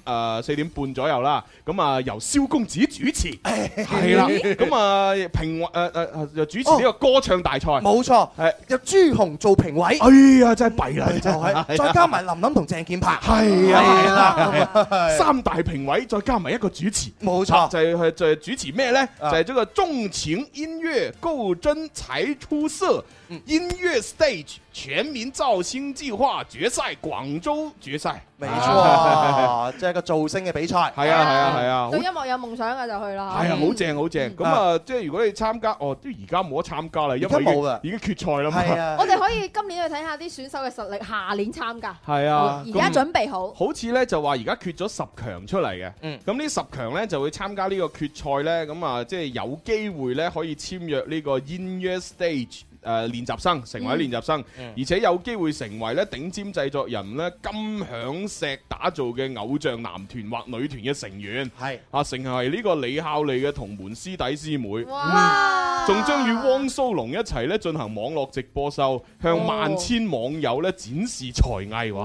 誒四點半左右啦，咁啊由蕭公子主持，
哎
係啦，咁啊評委誒誒誒就主持呢個歌唱大賽，
哦冇錯，
係
由朱紅做評委。
哎呀，真係弊啦，
就係再加埋林林同鄭健鵬。
係啊，係啦，係啊
係
三大評委再加埋一個主持，
冇
錯，啊就係就係主持咩咧？就
啊
係呢個重情音樂夠真才出色
嗯
音樂 stage 全民造星計劃決賽廣州決賽，
冇錯，即係個造星嘅比賽。
係啊係啊係啊，好
嗯
對音樂有夢想嘅就去啦。
係啊，好正好正。咁啊，即係如果你參加，哦，即係而家冇得參加啦，因
而家
為已經
冇啦
已經決賽啦
係
嘛
啊。
我哋可以今年去睇下啲選手嘅實力，下年參加。
係啊
而家
咁
準備好。
好似咧就話而家缺咗十強出嚟嘅，
嗯
咁呢十強咧就會參加呢個決賽咧，咁啊即係有機會咧可以簽約呢個 In Your Stage。誒、練習生成為
嗯
練習生，而且有機會成為咧頂尖製作人咧金響石打造嘅偶像男團或女團嘅成員，
係
啊，成為呢個李孝利嘅同門師弟師妹。
哇！
嗯仲啊將與汪蘇泷一齊咧進行網絡直播秀，
哦
向萬千網友咧展示才藝，哇！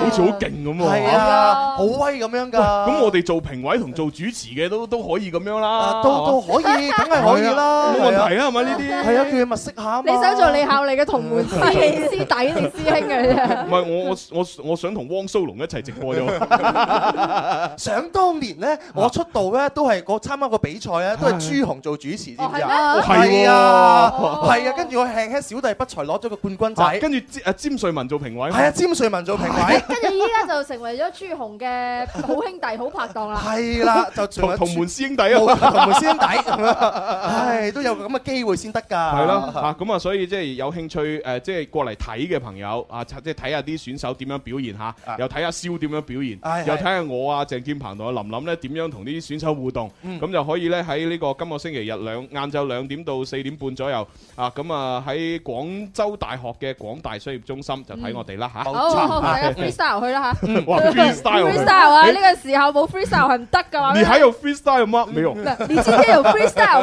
好似好勁咁喎。
啊係啊，好威咁樣㗎。
咁我哋做評委同做主持嘅都都可以咁樣啦，
啊都都可以，梗係可以啦，
冇問題啦，係咪呢啲？
啲？係啊，叫佢物色下啊
你
嘛。
想做李孝利嘅同門師 師弟定師兄 嘅啫？
啊
唔係我我我我想同汪蘇泷一齊直播 啫喎。
Dạ. 想當年咧，我出道咧都係我參加個比賽咧，都係朱紅做主持，知唔知
哦
啊？
係啊，係啊，跟住我輕輕小弟不才攞咗個冠軍
啊
仔，
跟住尖啊詹瑞文做評委，
係啊，詹瑞文做評委，
跟住依家就成為咗朱紅嘅好兄弟、好拍檔啦。
係啦，就
同同門師兄弟
冇
啊，
同門師兄 弟，唉，都有個咁嘅機會先得㗎。
係啦，啊咁啊，所以即係有興趣誒，即係過嚟睇嘅朋友啊，即係睇下啲選手點樣表現嚇，又睇下蕭點樣表
啊唉
現，又睇下我啊鄭建鵬同阿林琳咧點樣同啲選手互動，
嗯
咁就可以咧喺呢個今個星期日兩晏晝兩點到四點半左右啊，咁啊喺廣州大學嘅廣大商業中心就睇我哋啦嚇。
好好，大家 freestyle 去啦吓。
嗯哇，freestyle 啊
freestyle 啊！
你
呢個時候冇 freestyle 係唔得㗎嘛。
你還有 freestyle 嗎？沒有。
你今天有 freestyle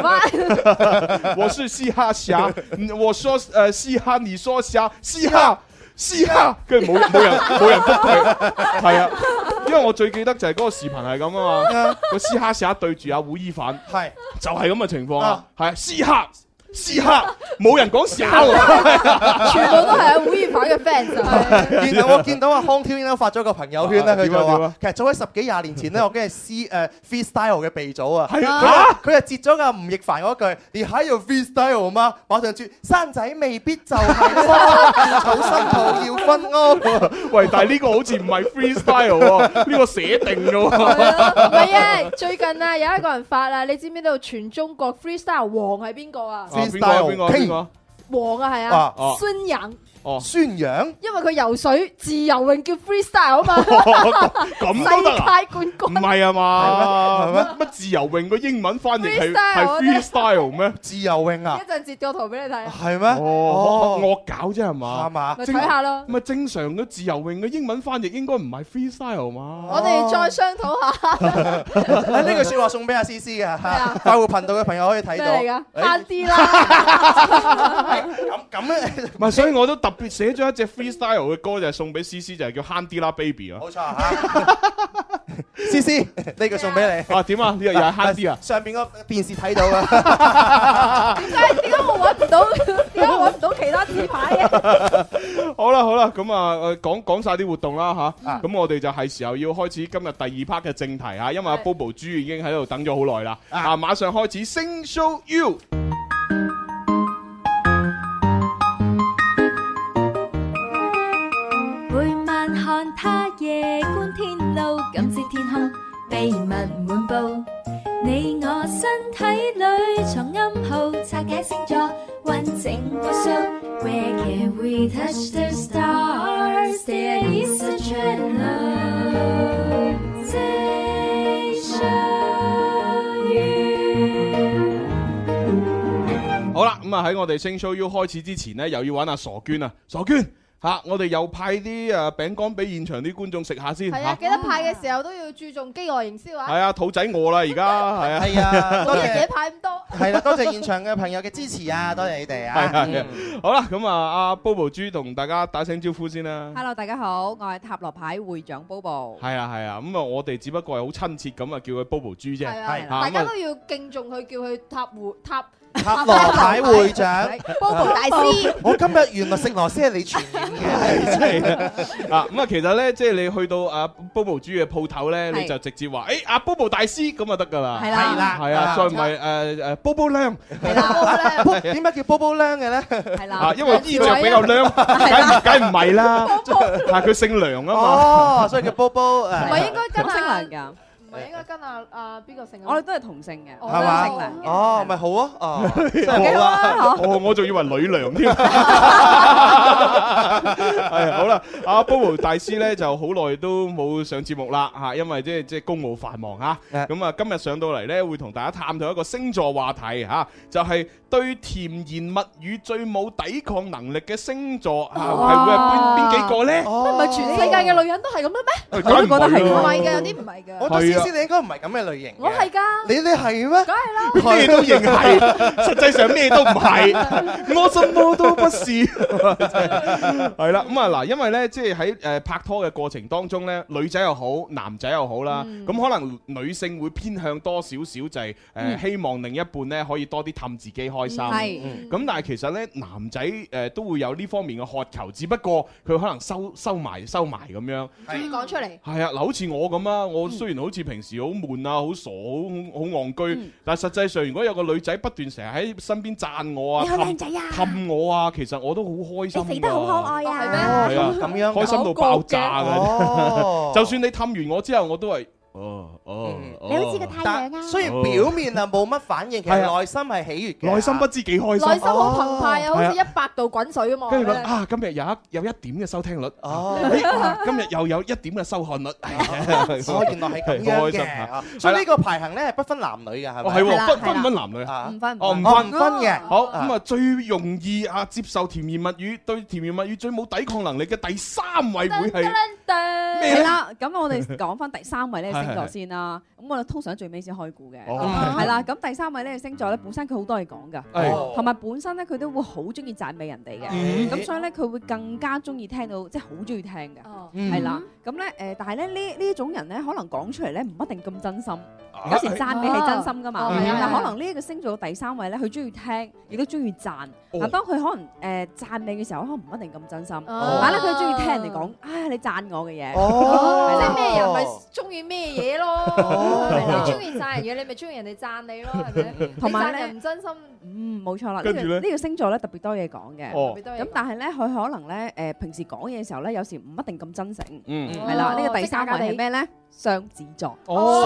嗎？
我是嘻哈侠，嗯我说诶嘻哈，你說侠，嘻哈。嘻哈，跟住冇冇人冇人覆佢，係啊，因為我最記得就係嗰個視頻係咁啊嘛，個嘻哈俠對住阿胡依凡，
係
就係咁嘅情況啊
啊，
係啊嘻哈嘻哈，冇人講俠喎，
全部都係阿胡彥凡嘅 fans 啊。
然後我見到阿康天咧發咗個朋友圈咧，
啊
佢
點啊
就
點
話
啊
其實早喺十幾廿年前咧，我已經係 C 誒 freestyle 嘅鼻祖啊。
係
啊，佢係截咗個吳亦凡嗰句，你喺度 freestyle 嘛？馬上轉生仔未必就係 花，土生土要分屋。
喂，但係呢個好似唔係 freestyle 喎，呢個寫定嘅喎，
唔係啊，最近啊有一個人發啊，你知唔知道全中國 freestyle 王係邊個啊？
啊邊個啊邊個啊邊個啊？
王啊係
啊
啊
哦，
孫楊，
哦，
孫楊。
因為佢游水自由泳叫 freestyle 啊嘛，
咁都得啊？
世界冠
唔
軍。
係啊嘛，
係咩係
乜乜自由泳個英文翻譯係
Freestyle，我
係
覺得
freestyle 咩？
自由泳啊
一，陣截個圖俾你睇，
係咩？
哦，
哦
惡搞啫係嘛？
係嘛
咪？睇下咯。
咪正啊常嘅自由泳嘅英文翻譯應該唔係 freestyle 嘛？
我哋再商討下
啊呢句説話送俾阿思思嘅，
啊
快活頻道嘅朋友可以睇
咩
到。哎
嚟噶，慳啲啦。
咁咧，
唔係，所以我都特別寫咗一隻 freestyle 嘅歌，就係送俾 C C，就係叫慳啲啦 baby 啊！
冇錯嚇。思思呢句送俾你。
啊點啊？呢個又係慳啲啊！
上邊個電視睇到啊。
點解點解我揾唔到？點解我揾唔到其他紙牌啊嘅？
好啦好啦，咁啊誒講講晒啲活動啦吓，
啊
咁我哋就係時候要開始今日第二 part 嘅正題嚇，因為阿
係
Bobo 豬已經喺度等咗好耐啦，啊馬上開始星 show you。
每晚看他夜觀天路，感知天空秘密滿布。你我身體裏藏暗號，拆解星座完整無數。Where can we touch the stars? There is a channel. They show you.
好啦，咁啊喺我哋星 show U 開始之前呢，又要揾阿傻娟啊，傻娟吓、嚇我哋又派啲誒餅乾俾現場啲觀眾食下先
係啊，
嚇
記得派嘅時候都要注重飢餓營銷
係
啊！
啊，肚仔餓啦而家， 係
係啊，
冇
多
嘢
謝
嘢派咁多。
係啦，多謝現場嘅朋友嘅支持啊，多謝你哋
啊，係
啊。
係啊好啦，咁啊阿 Bobo 豬同大家打聲招呼先啦。
Hello，大家好，我係塔羅牌會長 Bobo。
係啊係啊，咁啊我哋只不過係好親切咁啊叫佢 Bobo 豬啫，
係啊，
嚇
大家
咁
都
啊
要敬重佢，叫佢塔胡塔
塔羅牌會長
Bobo 大師。
我今日原來食螺絲係你傳染嘅，
真係 啊啊咁啊其實咧即係你去到阿 Bobo 豬嘅鋪頭咧，
係
你就直接話誒阿 Bobo 大師咁就得㗎啦，
係啦
係啦
係啊，再唔係誒誒 Bobo 靚。
係啦，
波點解叫波波靚嘅咧？
係啦，
啊，因為衣着比較
兩條仔啊
靚，梗梗唔係啦，啊佢姓梁啊嘛，
哦，所以叫波波
唔係
誒，
應該
同
跟
姓
啊
梁，㗎，
唔係應該跟啊啊邊個姓啊？
我哋都係同姓嘅，我
哦
都係姓梁嘅。
哦，咪好啊， 哦，真係好啦。
哦我仲以為女梁添，係好啦，阿 Bobo 大師咧就好耐都冇上節目啦嚇，因為即係即係公務繁忙嚇，
誒
咁啊今日上到嚟咧會同大家探討一個星座話題嚇，就係對甜言蜜語最冇抵抗能力嘅星座嚇，係會係邊邊幾個咧？
哦
唔係全世界嘅女人都係咁嘅
我
都覺得係
咩？唔
哦
係嘅，有啲唔係嘅。
我對思思你應該唔係咁嘅類型嘅。
我係㗎，
你你係咩？
梗係啦。
咩都認係，實際上咩都唔係，我什麼都不是。 係啦，咁啊嗱，因為咧，即係喺誒拍拖嘅過程當中咧，女仔又好，男仔又好啦，咁可能女性會偏向多少少就係誒希望另一半咧可以多啲氹自己開心。
嗯
係
咁但係其實咧，男仔誒都會有呢方面嘅渴求，只不過佢可能收收埋收埋咁樣。
中意講出嚟。
嗯
係啊，嗱，好似我咁啊，我雖然好似平時好悶啊、好傻、好好戇
嗯
居，但係實際上如果有個女仔不斷成日喺身邊讚我啊，
你好
氹
靚仔啊
氹我啊，其實我都好開心㗎。
你肥得好可愛啊
係咩？係啊，
咁樣
開心到爆
好
炸
覺嘅哦
㗎。就算你氹完我之後，我都係哦哦，哦
嗯你好似個太陽啊
雖然表面啊冇乜反應，其實
係啊
內心係喜悅嘅。
內心不知幾開心，哦
內心好澎湃啊，好似
係
一百度滾水咁啊！
跟住
我
講
覺得
啊，今日有一有一點嘅收聽率，咦啊今日又有一點嘅收看率，
哦，原來係咁樣
啊
嘅，所以呢個排行咧係不分男女嘅，係
哦
咪？
係喎，分分唔分男女啊？
唔分
哦唔
哦唔
分
分嘅
好咁啊，最容易啊接受甜言蜜語，對甜言蜜語最冇抵抗能力嘅第三位會係
係啦，咁我哋講翻第三位呢個星座
係係係
先啦。咁我哋通常最尾先開估嘅，
哦
啊
係啦。咁第三位呢個星座咧，本身佢好多嘢講㗎，
哦
係
同埋本身咧佢都會好中意讚美人哋嘅，
嗯
咁所以咧佢會更加中意聽到，即係好中意聽嘅，
嗯
係啦。咁咧誒，但係咧呢呢種人咧，可能講出嚟咧唔一定咁真心。有時讚美係真心㗎嘛
啊哦，係啊
但
係啊
可能呢一個星座嘅第三位咧，佢中意聽，亦都中意讚。
哦
嗱，當佢可能誒讚美嘅時候，可能唔一定咁真心，
哦
但係咧佢中意聽人哋講，啊你讚我嘅嘢，
哦
係啦
即係咩人咪中意咩嘢咯？你中意讚人嘢，你咪中意人哋讚你咯，係咪？
同埋
你讚
咧
人唔真心，
嗯，冇錯啦。
跟
呢
住
個
咧
呢個星座咧特別多嘢講嘅，
哦特別多嘢講
咁但係咧佢可能咧誒平時講嘢嘅時候咧，有時唔一定咁真誠，
嗯
係啦。
哦
呢個第三位
即係假假地
係咩咧？雙子座，
哦，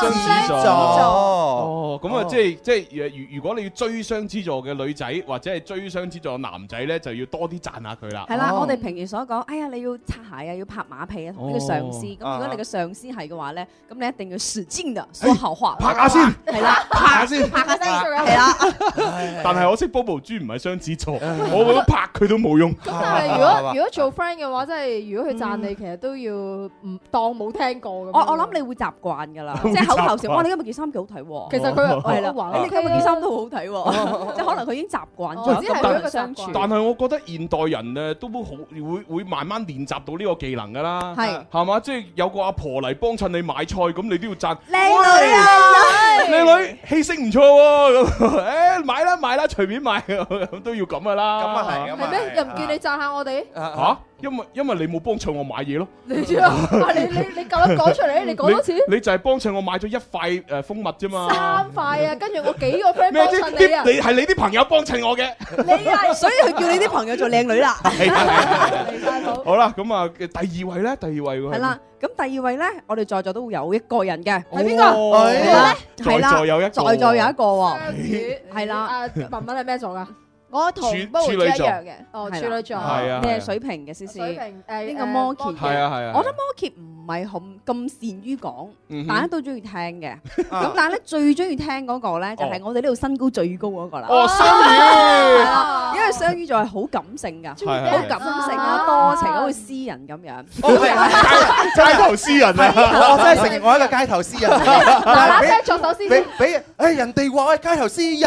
雙
雙子座，
子
哦，咁啊，
哦
即係即係，如如果你要追雙子座嘅女仔，或者係追雙子座嘅男仔咧，就要多啲讚下佢啦。
係啦，我哋平時所講，哎呀，你要擦鞋啊，要拍馬屁啊，同呢個上司。咁
哦
啊
如果你嘅上司係嘅話咧，咁你一定要使勁啊的
哎
說好話。
拍下先，
係啦，
拍下先
拍下先，係啦。
但係我識 Bobo 豬唔係雙子座，我覺得拍佢都冇用。
咁但係如果如果做 friend 嘅話，真係如果佢讚你，其實都要唔當冇聽過咁樣。
我我諗你會習慣㗎啦，
會
即係口頭禪，
習慣
哇！你今日件衫幾好睇喎。
其實哦佢
係
我話
啦，你今日件衫都好好睇喎，即係可能佢已經習慣
哦
咗
只
咁
係
多
佢一個
人相處。
習慣
但係我覺得現代人誒都好會會慢慢練習到呢個技能㗎啦，
係
係嘛？即係有個阿婆嚟幫襯你買菜，咁你都要讚
靚女啊
喂靚女氣色唔錯喎，咁 誒買啦買啦，隨便買咁都要咁㗎啦。咁啊係，啊
係咩？又唔見你讚下我哋？
嚇？因為因為你冇幫襯我買嘢咯。
你知啊？啊你你你夠膽講出嚟？你 講多次。
你就係幫襯我買咗一塊誒蜂蜜啫嘛。
三塊啊！跟住我幾個 friend
咩
幫
啫？
襯你啊！
啲你係你啲朋友幫襯我嘅。
你啊，所以佢叫你啲朋友做靚女啦。
好啦，咁啊，第二位咧，第二位喎。
係啦，咁第二位咧，我哋在座都會有一個人嘅，
係邊個哦
係啦，係啦，
在座有一個
在座有一個喎，
係啦。啊，文文係咩座㗎？
我
同處
Bobo 豬一樣嘅
哦，
係啦
處女座。
係啊
你
係啊
係水瓶嘅思思，
水瓶誒
呢個摩羯
誒摩
嘅，
羯
係啊係啊
我覺得摩羯唔係咁咁善於講
嗯哼，啊
大家都中意聽 嘅。咁但係咧最中意聽嗰個咧，就係我哋呢度身高最高嗰個啦。
哦雙魚
啊係啦因為雙魚座係好感性㗎，
係哦係係
好感性啊，多情啊，好似詩人咁樣。
街頭詩人啊！
我真係承認我係一個街頭詩人。
嗱嗱聲作首詩
俾
先。
俾誒人哋話我係街頭詩人，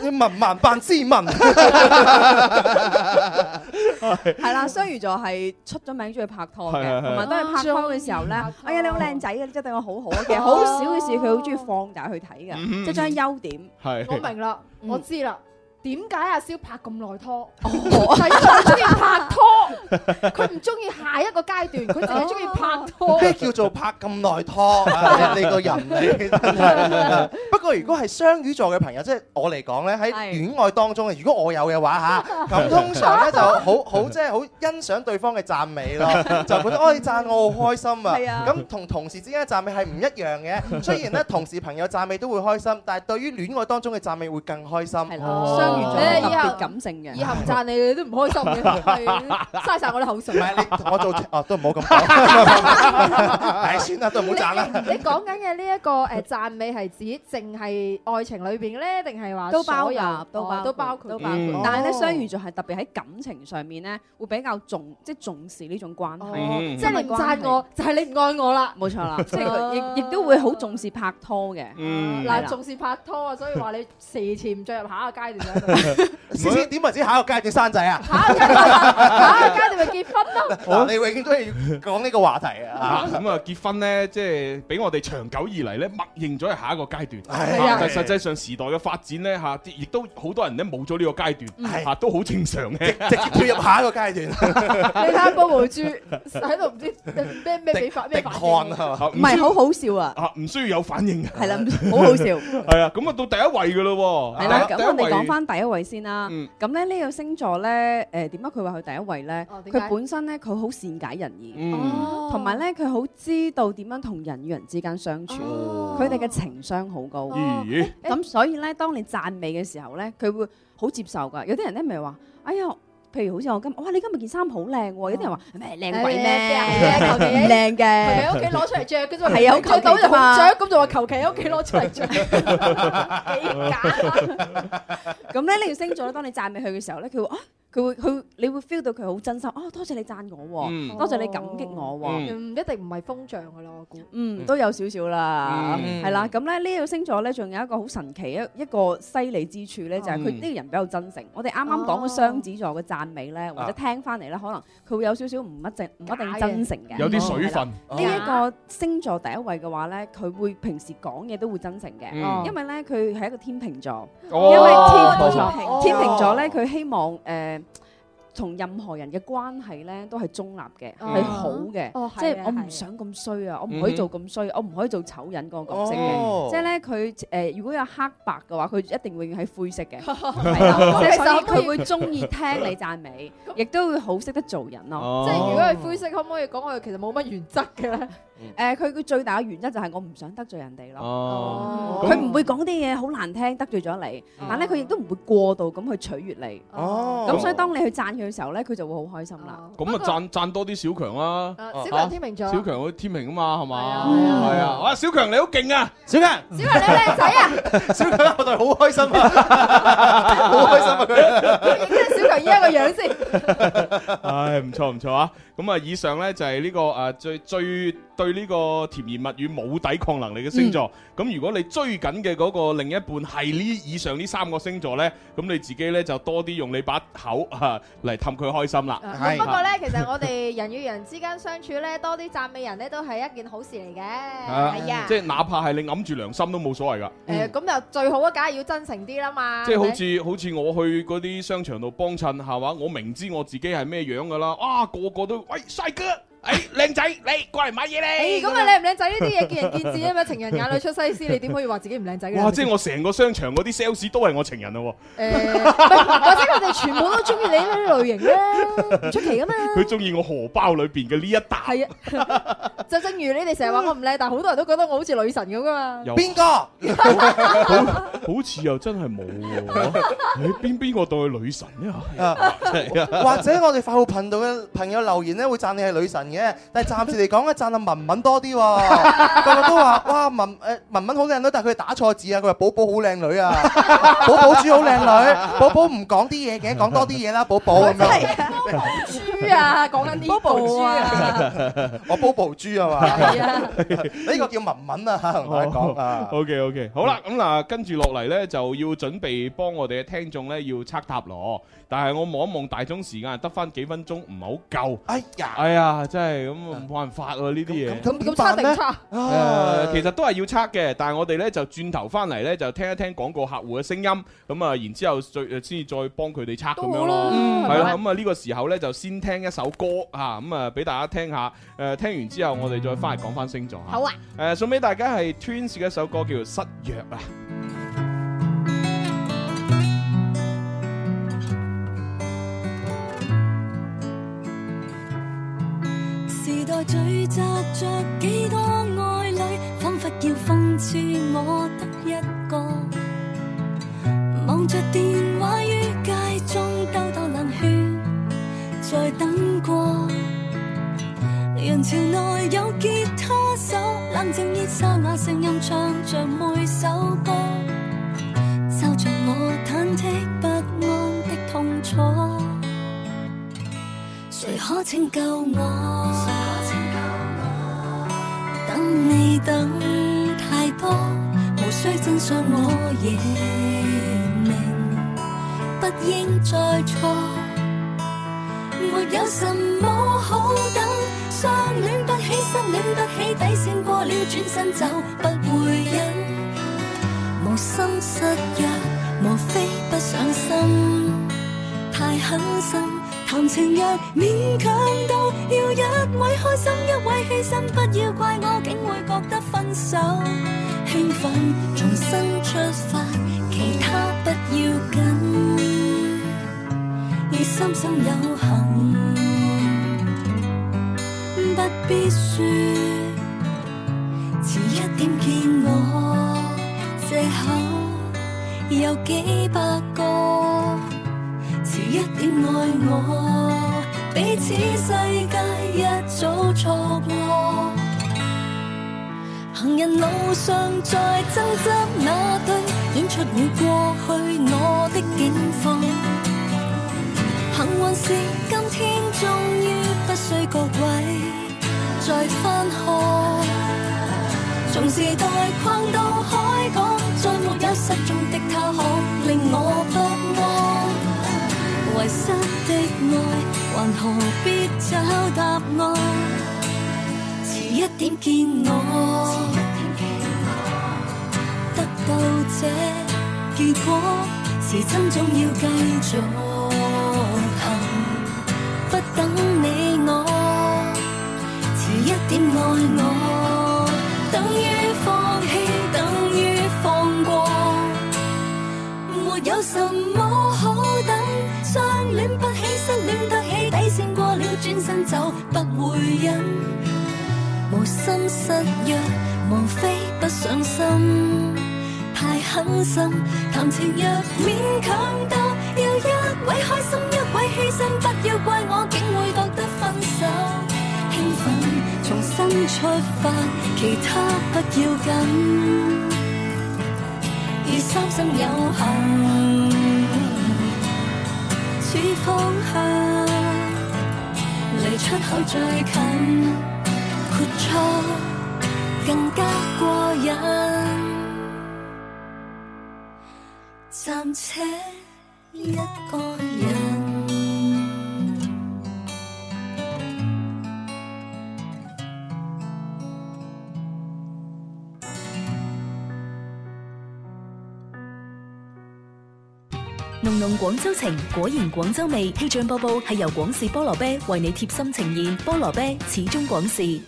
你文盲扮斯文。
係啦，雙魚座係出咗名中意拍拖
係係
嘅，
係
同埋都係拍拖嘅時候咧，哎呀你好靚仔啊，你真係對我好好啊。其實好少嘅事佢好中意放大去睇
哦嗯
嘅，即係將優點。
係
我明啦，
嗯
我知啦。點解阿蕭拍咁耐拖？
哦
就因為佢中意拍拖，佢唔中意下一個階段，佢淨係中意拍拖。
咩叫做拍咁耐拖？啊你你個人你真係。 不過如果係雙魚座嘅朋友，即係我嚟講咧，喺戀愛當中嘅，如果我有嘅話嚇，咁通常咧就好好即係好欣賞對方嘅讚美咯，就覺得哦你讚我好開心
係
啊
啊。
咁同同事之間嘅讚美係唔一樣嘅。雖然咧同事朋友讚美都會開心，但係對於戀愛當中嘅讚美會更開心。係
啦雙魚座係特別感性嘅
以後唔讚你，你都唔開心 嘅，係嘥晒我啲口水。
我做哦都唔好咁講，唉算啦，都唔好賺啦。
你講緊嘅呢一個誒讚美係指淨係愛情裏邊咧，定係話
都包
所有
入，都包
哦
括
都包括
都包括
嗯。
但係咧，
哦
雙魚座係特別喺感情上面咧，會比較重即係重視呢種
嗯
關係
哦，
因為
即係你唔讚
關係
我，就係你唔愛我啦。
冇錯啦，即係佢亦亦都會好重視拍拖嘅。
嗯
係啦
嗱，重視拍拖啊，所以話你事前唔進入下一個階段
思思點為之下一個階段生仔啊？嗱，你永遠都係講呢個話題啊！
咁啊，結婚咧，即係俾我哋長久以嚟咧，默認咗係下一個階段。
係
啊但係實際上時代嘅發展咧，嚇，亦都好多人咧冇咗呢個階段，
係
嚇都好正常嘅。
直接跳入下一個階段。
你睇下波毛豬喺度唔知咩咩俾法咩反應
啊
唔係好好笑啊！
啊，唔需要有反應啊。
係啦，好好笑。
係啊，咁啊到第一位嘅咯喎。
係啦，
第一
咁我
第一
哋
位
講翻第一位先啦
嗯。
咁咧呢個星座咧，誒點解佢話佢第一位咧？
點解
佢本身咧佢好善解人意
嗯，
同埋咧佢好知道點樣同人與人之間相處，佢哋嘅情商好高。
咦
咁所以咧，當你讚美嘅時候咧，佢會好接受㗎。有啲人咧咪話：哎呀，譬如好似我今，哇你今日件衫好靚喎！有啲人話咩靚鬼咩？
誒求其
唔靚嘅，
喺屋企攞出嚟着嘅啫嘛，
係啊好
佢
求其
到就
啫
唔
嘛
着，咁就話求其喺屋企攞出嚟着。
咁咧呢個星座咧，當你讚美佢嘅時候咧，佢會啊，佢會佢你會 feel 到佢好真心啊，多謝你讚我
嗯
喎，多謝你感激我
嗯
喎，
唔一定唔係風象噶啦，我估。
嗯，都有少少啦，
Ừ.
嗯
係啦。咁咧呢個星座咧，仲有一個好神奇一一個犀利之處咧，就係佢
嗯
呢個人比較真誠。我哋啱啱講嘅雙子座嘅讚美咧，或者
啊
聽翻嚟咧，可能佢會有少少唔一定唔一定
嘅
真誠嘅，
嗯有啲水
係
分
啦呢一個星座
哦
第一位嘅話咧，佢會平時講嘢都會真誠嘅，
嗯
因為咧佢係一個天秤座，
哦
因為天冇
冇錯
錯，天秤座咧佢希望誒。同任何人嘅關係咧，都係中立嘅，
哦
係好嘅
哦，
即係
係啊
我
係啊
唔想咁衰啊，我唔可以做咁衰，我唔可以做醜人嗰個角色
哦
嘅，即係咧佢誒如果有黑白嘅話，佢一定永遠係灰色嘅，係啦，即
咁
係
其實可唔可
所以
以
佢會中意聽你讚美，亦都會好識得做人咯，
即係
哦
如果係灰色，可唔可以講我其實冇乜原則嘅咧？
誒，佢嘅最大嘅原因就係我唔想得罪人哋咯。
哦
佢唔會講啲嘢好難聽，得罪咗你，但咧佢亦都唔會過度咁去取悅你。
哦
咁所以當你去讚佢嘅時候咧，佢就會好開心
哦
啦。
咁啊，讚讚多啲小強啦。
呃
啊小強天秤
秤
座
小強好天秤啊嘛，係嘛？係啊，哇！小強你好勁啊！
小強，
小強你靚仔啊！
小強我哋好開心 啊，好開心啊佢。
即係小強依家個樣先。
唉，唔錯唔錯啊！咁啊，以上呢就係呢個誒最最對呢個甜言蜜語冇抵抗能力嘅星座。咁如果你追緊嘅嗰個另一半係呢以上呢三個星座呢，咁你自己呢就多啲用你把口啊嚟氹佢開心啦。
啊咁不過咧，其實我哋人與人之間相處咧，多啲讚美人咧，都係一件好事嚟嘅。
啊
係啊
即，係哪怕係你揞住良心都冇所謂㗎。
誒咁就最好啊，梗係要真誠啲啦嘛。
即係好
係
似好似我去嗰啲商場度幫襯係嘛，我明知我自己係咩樣㗎啦，啊個個都喂帥哥，誒靚仔你過嚟買嘢
咪
你。
誒咁啊靚唔靚仔呢啲嘢見仁見智啊嘛，情人眼裏出西施，你點可以話自己唔靚仔嘅？
哇！即係 我成個商場嗰啲 sales 都係我情人啊咯
誒，或者佢哋全部都中意你呢類型咧，唔出奇噶嘛。
喎，佢中意我荷包裏邊嘅呢一沓。
係啊，就正如你哋成日話我唔靚，但係好多人都覺得我好似女神咁噶嘛。
有
邊個？
好似又真係冇喎，你邊邊個當佢女神
啊
啊？真係啊
或者我哋快活頻道嘅朋友留言咧，會讚你係女神嘅，但係暫時嚟講咧，讚阿文文多 啲喎。個個都話：哇，文誒文文好靚女，但係佢打錯字啊！佢話寶寶好靚女啊， 寶寶豬好靚女，寶寶唔講啲嘢嘅，講多啲嘢啦，寶寶 咁樣。
豬啊，講緊呢部啊，
我寶寶豬啊
係
嘛，
啊
呢個叫文文啊，同大家講啊。
OK OK，好啦，咁嗱，跟住落嚟呢，就要準備幫我哋嘅聽眾呢，要測塔羅，但係我望一望大鐘時間，得翻幾分鐘，唔係好夠。
哎呀，
哎呀，真係咁冇辦法喎呢啲嘢。
啊咁
咁差定差？
Ờ,
誒，其實都係要測嘅，但係我哋咧就轉頭翻嚟咧就聽一聽廣告客戶嘅聲音，咁啊，然之後最誒先至再幫佢哋測咁樣咯，
嗯
係啦，
係咪
咁啊呢個時候咧就先聽一首歌嚇，咁啊俾大家聽下，誒聽完之後我哋再翻嚟講翻星座嚇。
好啊，
誒送俾大家係 Twins 嘅一首歌叫做《失約》啊。
時代聚集着幾多愛侶，彷彿要分處我得一個。望着電話於街中兜兜冷圈，再等過。人潮內有吉他手，冷靜熱沙那聲音唱着每首歌，收着我忐忑不安的痛楚。谁可拯救我？等你等太多，無需真相我亦明。不應再錯。沒有什麼好等，相戀不起，失戀不起，底線過了，轉身就不會忍。無心失約，無非不上心，太狠心。談情若勉強到要一位開心一位犧牲，不要怪我竟會覺得分手興奮，重新出發，其他不要緊，要心中有幸，不必説，遲一點見我，藉口有幾百個。遲一點愛我，彼此世界一早錯過。行人路上再爭執那對，演出了過去我的境況。幸運是今天終於不需各位再翻看。從時代逛到海港，再沒有失蹤的他，可令我不安。遺失的愛，還何必找答案？遲一點見我，得到這結果，時針總要繼續行，不等你我。遲一點愛我，等於放棄，等於放過。沒有什麼好等，相戀不起，失戀得起，底線過了，轉身走不會忍。無心失約，無非不上心，太狠心。談情若勉強到要一位開心一位犧牲，不要怪我竟會覺得分手。興奮，重新出發，其他不要緊，要三心有幸，處方向，離出口最近，豁出更加過癮，暫且一個人。
濃濃廣州情，果然廣州味。氣象播報係由廣氏菠蘿啤為你貼心呈現，菠蘿啤始終廣氏。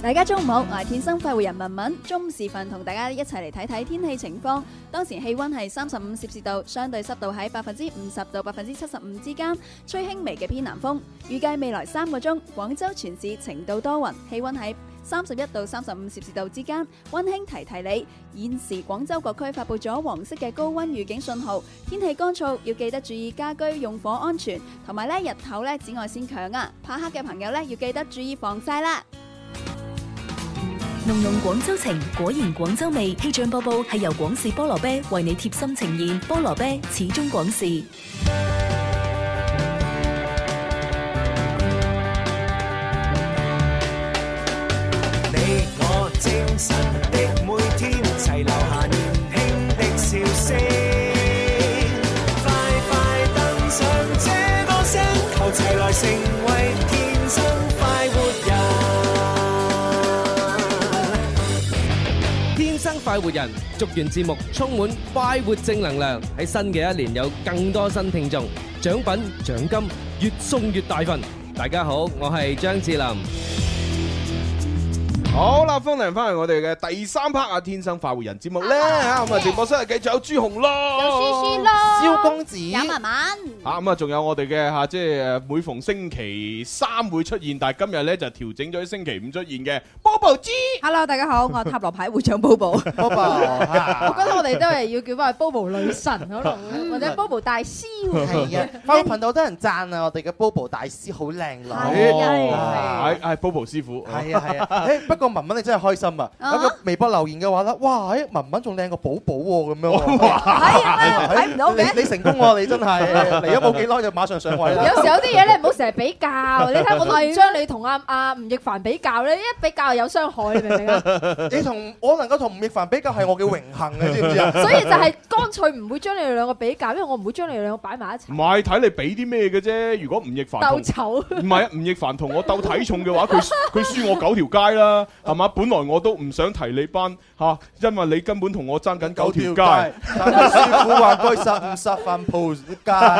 大家中午好，我係天生快活人文文，中午時分同大家一齊嚟睇睇天氣情況。當時氣温係三十五攝氏度，相對濕度喺百分之五十到百分之七十五之間，吹輕微嘅偏南風。預計未來三個鐘，廣州全市晴到多雲，氣温喺三十一到三十五攝氏度之間。温馨提提你，現時廣州各區發布咗黃色嘅高温預警信號，天氣乾燥，要記得注意家居用火安全，同埋咧日頭咧紫外線強啊，怕黑嘅朋友咧要記得注意防曬啦。
濃濃廣州情，果然廣州味。氣象播報係由廣氏菠蘿啤為你貼心呈現，菠蘿啤始終廣氏。
你我精神的每天，齊留下年輕的笑聲。快快登上這歌聲，求齊來成為天生快活人。
天生快活人，祝願節目充滿快活正能量，喺新嘅一年有更多新聽眾，獎品獎金越送越大份。大家好，我係張智霖。
好啦，歡迎翻嚟我哋嘅第三 part 啊，天生快活人節目咧吓，咁啊直播室繼續有朱紅咯，
蕭公子，
Dạ
有文
vâng.
文。
啊咁啊，仲有我哋嘅嚇，即係誒每逢星期三會出現，但係今日咧就調整咗星期五出現嘅。Bobo 知
，Hello，大家好，我係塔羅牌會長 Bobo。
我覺得我哋都係要叫翻佢 Bobo 女神可能，或者 Bobo 大師 喎。
係啊，快活頻道好多人讚啊！我哋嘅 Bobo 大師好靚女，
係啊係 Bobo 師傅，
係啊係啊，誒不過文文你真係開心啊！
Ờ.
有個微博留言嘅話咧，哇！誒
啊
文文仲靚過寶寶喎咁樣喎，係睇唔到你你成功喎！你真係離咗咗冇幾耐就馬上上位啦。
有時有啲嘢咧唔好成日比較，你睇我都
係
唔
啊
將你同阿阿吳亦凡比較咧，一比較有傷害，你明唔明啊？
你同我能夠同吳亦凡比較係我嘅榮幸嘅，知唔知 啊？
所以就係乾脆唔會將你哋兩個比較，因為我唔會將你哋兩個擺埋一齊
唔係睇你俾啲咩嘅啫。如果吳亦凡同
鬥醜。
唔係啊，吳亦凡同我鬥體重嘅話，佢 佢輸我九條街啦，係嘛？本來我都唔想提你班嚇，因為你根本同我爭緊九條街。
但係師傅話該殺唔殺飯鋪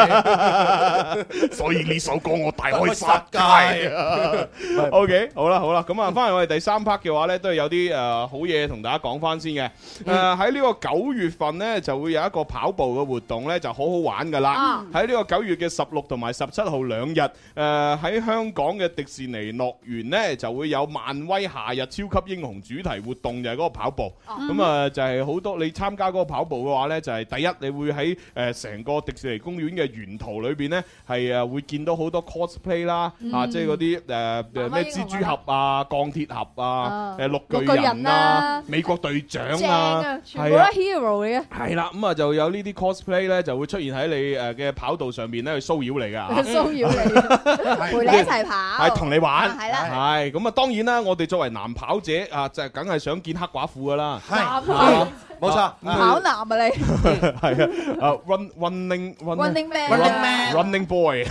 街，
所以呢首歌我大
開
開
殺
殺
戒
戒
啊
O K，好啦好啦，咁啊，翻嚟我哋第三 part 嘅話呢，都係有啲誒、呃好嘢同大家講翻先嘅。誒呃喺呢個九月份呢，就會有一個跑步嘅活動呢，就好好玩噶啦
啊。
喺呢、個九月嘅十六同埋十七號兩日，誒、呃喺香港嘅迪士尼樂園呢，就會有漫威夏日超級英雄主題活動，就係、嗰個跑步。
哦
咁啊、就係好多你參加嗰個跑步嘅話呢，就係、第一，你會喺誒成個迪士尼公園嘅沿途裏邊呢，係誒會見到好多 cosplay 啦，啊，
嗯
即係嗰啲誒誒咩蜘蛛俠啊、鋼鐵俠
啊
哦
啊、誒
綠
綠
巨
巨
人
人
啊
啊、美國隊長
正啊
啊，，
全部
係
都
啊
係。hero 嚟嘅。
係啦，咁啊就有呢啲 cosplay 咧，就會出現喺你誒嘅跑道上面咧，去騷擾你 噶，
騷擾
陪
你，
你一齊跑，
係同你玩，
係啦
係咁啊，當然啦，我哋作為男跑者啊，就梗係想見黑寡婦噶啦， 係
男
冇錯，
跑男啊你，
係啊，啊 run running
Running man
running
man
哦
running boy，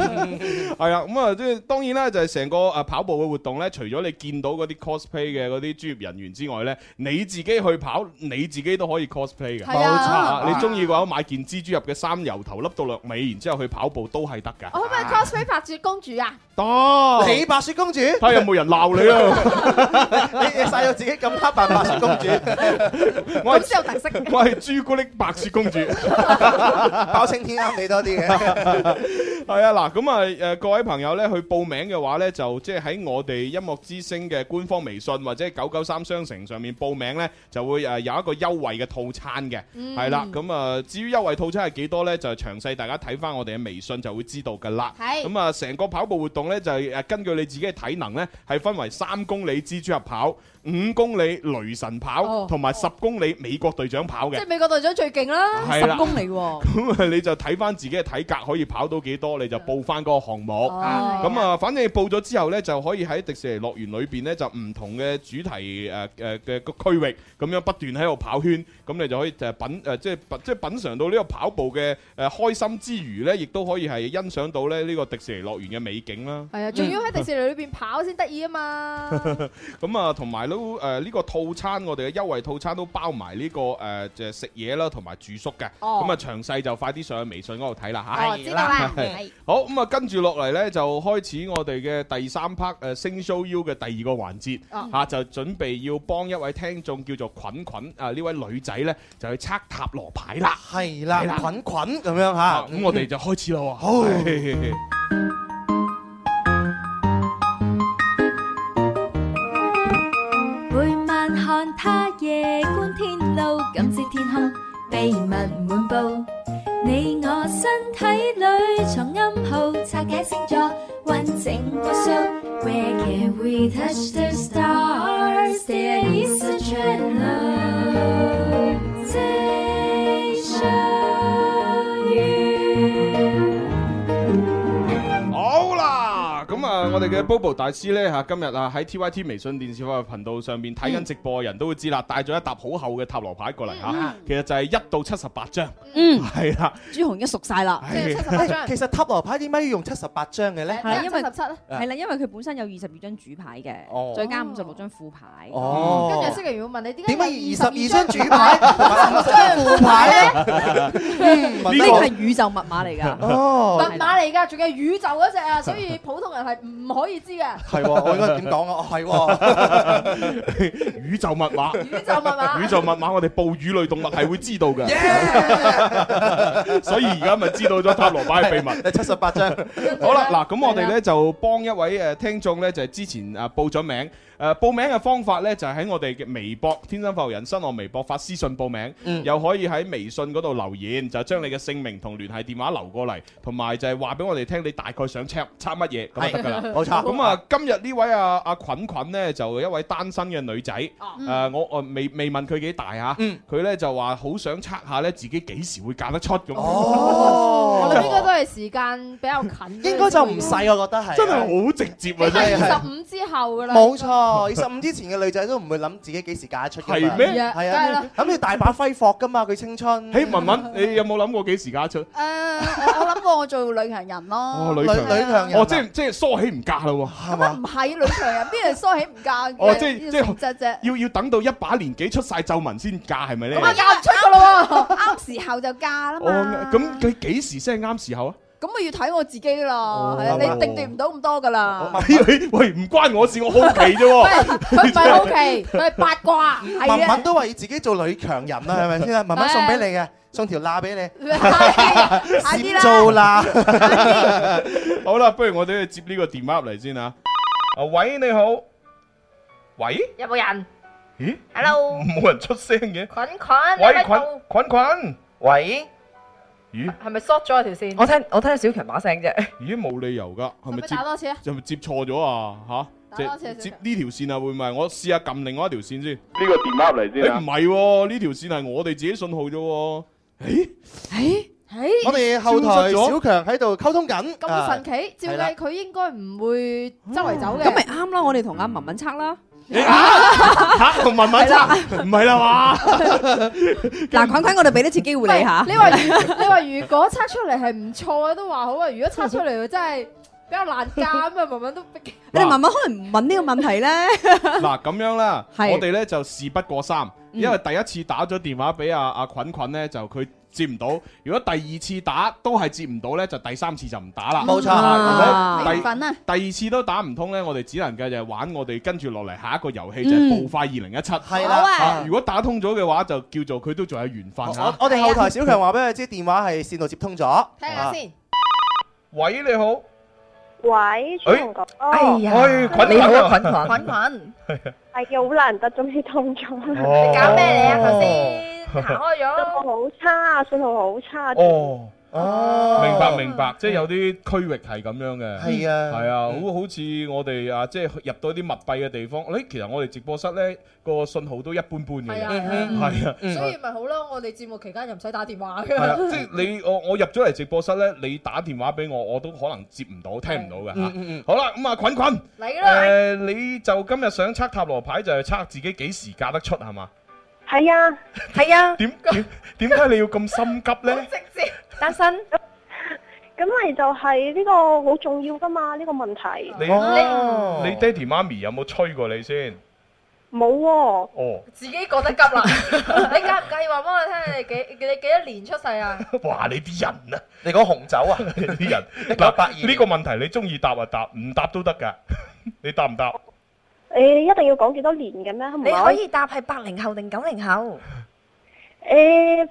係啊，咁啊，即係當然啦，就係成個誒跑步嘅活動咧，除咗你見到嗰啲 cosplay 嘅嗰啲專業人員之外咧，你自己去跑，你自己都可以 cosplay 嘅，
係啊
啊你中意嘅話，買件蜘蛛俠嘅衫，由頭笠到落尾，然之後去跑步都係得㗎。
我可唔可以 cosplay 白雪公主啊？
得
哦你白雪公主，
睇下有冇人鬧你啊！
你你曬到自己咁黑扮白雪公主，
我
咁先有特色。
我係朱古力白雪公主。
包青天啱你多啲嘅。
係啊，嗱，咁啊，誒各位朋友咧，去報名嘅話咧，就即係喺我哋音樂之星嘅官方微信或者九九三商城上面報名咧，就會誒有一個優惠嘅套餐嘅，
嗯
係啦，咁啊，至於優惠套餐係幾多咧，就詳細大家睇翻我哋嘅微信就會知道㗎啦。
係
咁啊，成個跑步活動咧就係誒呃根據你自己嘅體能咧，係分為三公里蜘蛛俠跑、五公里雷神
哦
跑同埋十公里美國隊長跑
即
嘅
係。美國隊長最勁啦，
係啦
里喎。
咁啊，你就睇翻自己嘅體格可以跑到幾多，你就報翻嗰個項目。
啊哦
咁 啊，反正你報咗之後呢，就可以喺迪士尼樂園裏邊呢，就唔同嘅主題誒誒嘅個區域，咁樣不斷喺度跑圈，咁你就可以誒品誒即係品即係品嚐到呢個跑步嘅誒開心之餘呢，亦都可以係欣賞到咧呢個迪士尼樂園嘅美景啦。
係啊，仲要喺迪士尼裏邊跑先得意 啊嘛！
咁啊，同埋都誒呢個套餐，我哋嘅優惠套餐都包埋呢個誒即係食嘢啦，同埋住宿嘅。
哦
咁啊，詳細就快啲上去微信嗰度睇啦嚇。
哦知道啦
係
係
好咁啊，跟住落嚟呢，就開始我哋嘅第三 part 誒星 show U 嘅第二個環節
哦
嚇，就準備要幫一位聽眾叫做菌菌啊呢位女仔呢，就去測塔羅牌啦。
係啦
係，啦
滾滾咁樣
哦
嚇。
咁嗯我哋就開始啦喎。
好
係
每晚看他夜觀天路，感知天空秘密滿布。你我身體裏藏暗號，拆解星座，完整無數。Where can we touch the stars? There is a channel.
好
嗯
啦，咁啊，我哋嘅 Bobo 大師呢，嚇，今日啊喺 TYT 微信電視化頻道上面睇緊直播嘅人都會知啦，帶咗一沓好厚嘅塔羅牌過嚟嚇
嗯，
其實就係一到七十八張，
嗯，
係啦。
朱紅已經熟晒啦，
係
係
誒哎其實塔羅牌點解要用七十八張嘅咧？
啦，因為
七啦
係啦，因為佢本身有二十二張主牌
哦
嘅，再加五十六張副牌。
哦
跟住司徒要問你點解
點解二
有
十二張主
22
牌 同埋三張副牌咧？
呢個係宇宙密碼嚟㗎。
哦
密碼嚟㗎，仲有宇宙嗰 只啊，所以普通人係唔可以知嘅。
係喎，我應該點講啊？哦係喎，
宇宙密碼， 宇
宙密碼
宇宙密碼，我哋哺乳類動物係會知道嘅， 所以而家咪知道咗塔羅牌嘅秘密。
七十八張。
好
啊
啦，嗱，咁我哋咧就幫一位誒聽眾咧，就係之前啊報咗名。誒報名嘅方法咧，就係喺我哋嘅微博《天生發育人》新浪微博發私信報名，又可以喺微信嗰度留言，就將你嘅姓名同聯繫電話留過嚟，同埋就係話俾我哋聽你大概想測測乜嘢，咁就得㗎 啦。
係冇錯
咁啊，今日呢位啊阿菌菌咧，就一位單身嘅女仔。誒，我我未未問佢幾大嚇。佢咧就話好想測下咧自己幾時會嫁得出咁。
我諗應該
哦，
都係時間比較近。
應該就唔細，我覺得係。
真係好直接啊！真
係
係。
二十五之後㗎啦。
冇錯，二十五之前嘅女仔都唔會諗自己幾時嫁得出㗎嘛。
係咩係啊
係
梗係
啊
啦，
諗住大把揮霍㗎嘛，佢青春。
誒，文文，你有冇諗過幾時嫁得出？
誒，我諗過我做女強人 咯。
哦，女強
女強人
哦，即係即係梳起唔嫁啦喎。係
咁啊，唔係女強人，邊度梳起唔嫁嘅？
哦即係即係
只啫。
要要等到一把年紀出晒皺紋先嫁係咪咧？
咁啊，嫁唔出噶
哦
咯喎，啱時候就嫁啦
哦
嘛，。
咁佢幾時先係啱時候啊？
咁我要睇我自己
哦
啦，係啊，你定奪唔到咁多噶啦。
喂，唔關我事，我好奇啫
唔
喎。
係佢唔係好 奇，佢係八卦，係
文
啊
文。都話要自己做女強人啦，係咪先啊？文文送俾你嘅，送條罅俾你，
啲 啦
閃做罅。
好啦，不如我哋去接呢個電話入嚟先啊。啊，喂，你好。喂？
有冇人
咦
？Hello，
冇人出聲
菌
嘅。
菌，你
喂，
喺度？
菌菌菌。
喂。
咦？
係咪 short 咗條線？我聽我聽小強把聲啫。
咦，冇理由㗎，
可
係咪
唔可以
接
打多次啊？
係咪接錯咗啊？嚇！
打多次啊
接呢條線啊，會唔會係？我試下撳另外一條線先。
呢個電話入嚟先
誒
啊
唔係喎，呢條線係我哋自己信號啫喎。
我哋後台
消失咗
小強喺度溝通緊。
哎咁神奇，
啊
照
係啦
計佢應該唔會周圍走嘅。
咁咪啱啦，我哋同阿文文測啦。
啊
嚇，同文文差，唔係啦嘛？
嗱，菌菌，我哋俾多次機會你嚇。
你話如 你話如果測出嚟係唔錯嘅都話好啊，如果測出嚟就真係比較難嫁咁啊，文文都逼。
你哋文文可能唔問呢個問題咧。
嗱咁樣啦，
係
我哋咧就事不過三，
嗯
因為第一次打咗電話俾阿阿菌菌咧，就佢接唔到。如果第二次打都係接唔到咧，就第三次就唔打啦。
冇錯
啊
睇
第
緣分啊
第二次都打唔通咧，我哋只能夠就係玩我哋跟住落嚟下一個遊戲就係
嗯
步快二零一七。係
啦好啊
如果打通咗嘅話，就叫做佢都仲有緣分嚇
我我哋後台小強話俾佢知，電話係線路接通咗。
睇
啊。
先。
喂，你好。
喂，小明哥，
哎呀哎菌菌啊你好啊菌菌菌菌
系好難得，終於通咗啦。
你搞咩你啊頭先行
開咗，信號好差，信號好差。
哦。
哦
明白明白，即係有啲區域係咁樣嘅，
係啊
係啊，好好似我哋啊，即係入到啲密閉嘅地方，誒，其實我哋直播室咧個信號都一般般嘅，
係啊
嗯
係啊，
所以咪好咯，我哋節目期間又唔使打電話
係 啊，即
嘅。
係你我我入咗嚟直播室咧，你打電話俾我，我都可能接唔到，聽唔到嘅
嗯嗯
嚇。好啦，咁啊，菌菌，
嚟啦
誒，你就今日想測塔羅牌就係測自己幾時嫁得出係嘛？
係啊，
係啊。
點點點解你要咁心急咧？
單身。
咁咪就係呢個好重要噶嘛？呢個問題。
你你爹哋媽咪有冇催過你先？
冇喎。
哦。
自己覺得急啦， 你介唔介意話俾我聽你幾你幾多年出世啊？
哇！你啲人啊，你講紅酒啊， 你啲人嗱，呢個問題你中意答就答，唔答都得㗎。 你答唔答？
誒，一定要講幾多年嘅咩？唔
你可以答係八零後定九零後？
誒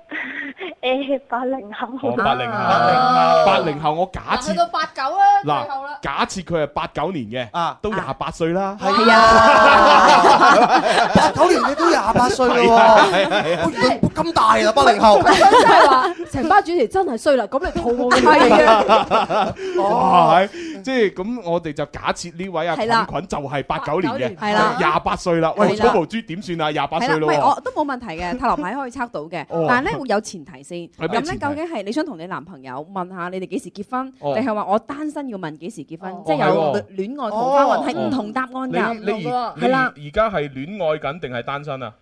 誒 八零後。
我哦
啊
八零後，八零後，我假
去
設
到八九啊，最後啦
嗱，。假設佢係八九年嘅，都
啊
廿八歲啦。
係啊，八九年你都廿八歲嘞
係啊係啊係
喎
啊，
我原來咁大啦，八零後
佢。真係話成班主持真係衰啦，咁你肚我係啊，
哇，係即係咁，我哋就假設呢位阿菌
啊係啦
菌就係八九年嘅，
係啦
廿八歲啦。喂，
係啦
草毛豬點算啊？廿八
係
歲
啦，
咯
喂，我
喎。
都冇問題嘅，塔羅牌可以測到嘅，
哦
但係咧會有前提先。
咩
咁咧
前提
究竟係你想同你男朋友問下你哋幾時結婚，
哦
定係話我單身要問幾時結婚？
哦
即係有
係喎
戀愛桃花
哦
運係唔同答案
你
㗎。
你而
係
你而
啦，
而家係戀愛緊定係單身啊？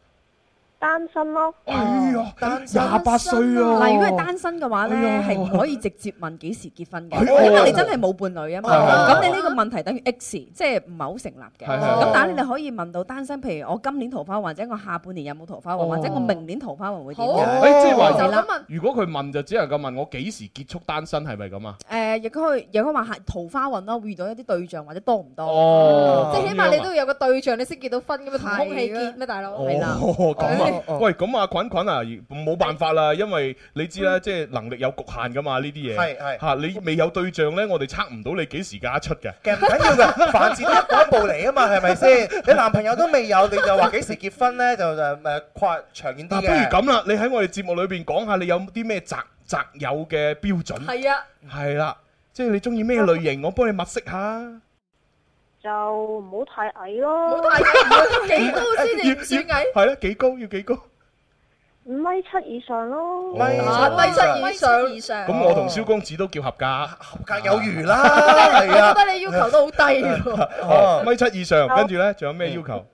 單身咯。
哎呀，
啊哦
廿八歲啊！
嗱，如果係單身嘅話咧，係唔可以直接問幾時結婚嘅，
哎呀
因為你真係冇伴侶啊嘛。
哦
咁你呢個問題等於 X，即係唔係好成立嘅。
係係
咁但係你可以問到單身，譬如我今年桃花運，或者我下半年有冇桃花運，
哦
或者我明年桃花運會點
誒
樣？
即係
係啦
話，如果佢問就只能夠問我幾時結束單身，係咪咁啊？
誒，亦都可以，亦都話係桃花運咯，會遇到一啲對象或者多唔多？
哦
即係起碼你都要有個對象，你先結到婚咁啊，同空氣結咩大佬？
哦，咁啊，喂，咁啊，菌菌啊，冇辦法啦，因為你知啦，即係能力有局限噶嘛，呢啲嘢
係係
嚇你未有對象咧，我哋測唔到你幾時嫁得出嘅。
唔緊要嘅，凡事都一步一步嚟啊嘛，係咪先？你男朋友都未有，你就話幾時結婚咧？就誒誒跨長遠
嗱，
啲
不如
嘅。
咁啦，你喺我哋節目裏邊講下你有啲咩擇擇友嘅標準？
係啊，
係啦，即係你中意咩類型，我幫你物色下。
就唔好太矮咯。
唔好太 矮幾高 先至唔算矮
矮？五米七以上咯。
米七米
米七以上以上。
咁我同蕭公子都叫合 格，合格有餘
啦
係啊我覺得你要求都好低 喎
喎。米七以上，跟住咧仲有咩要求？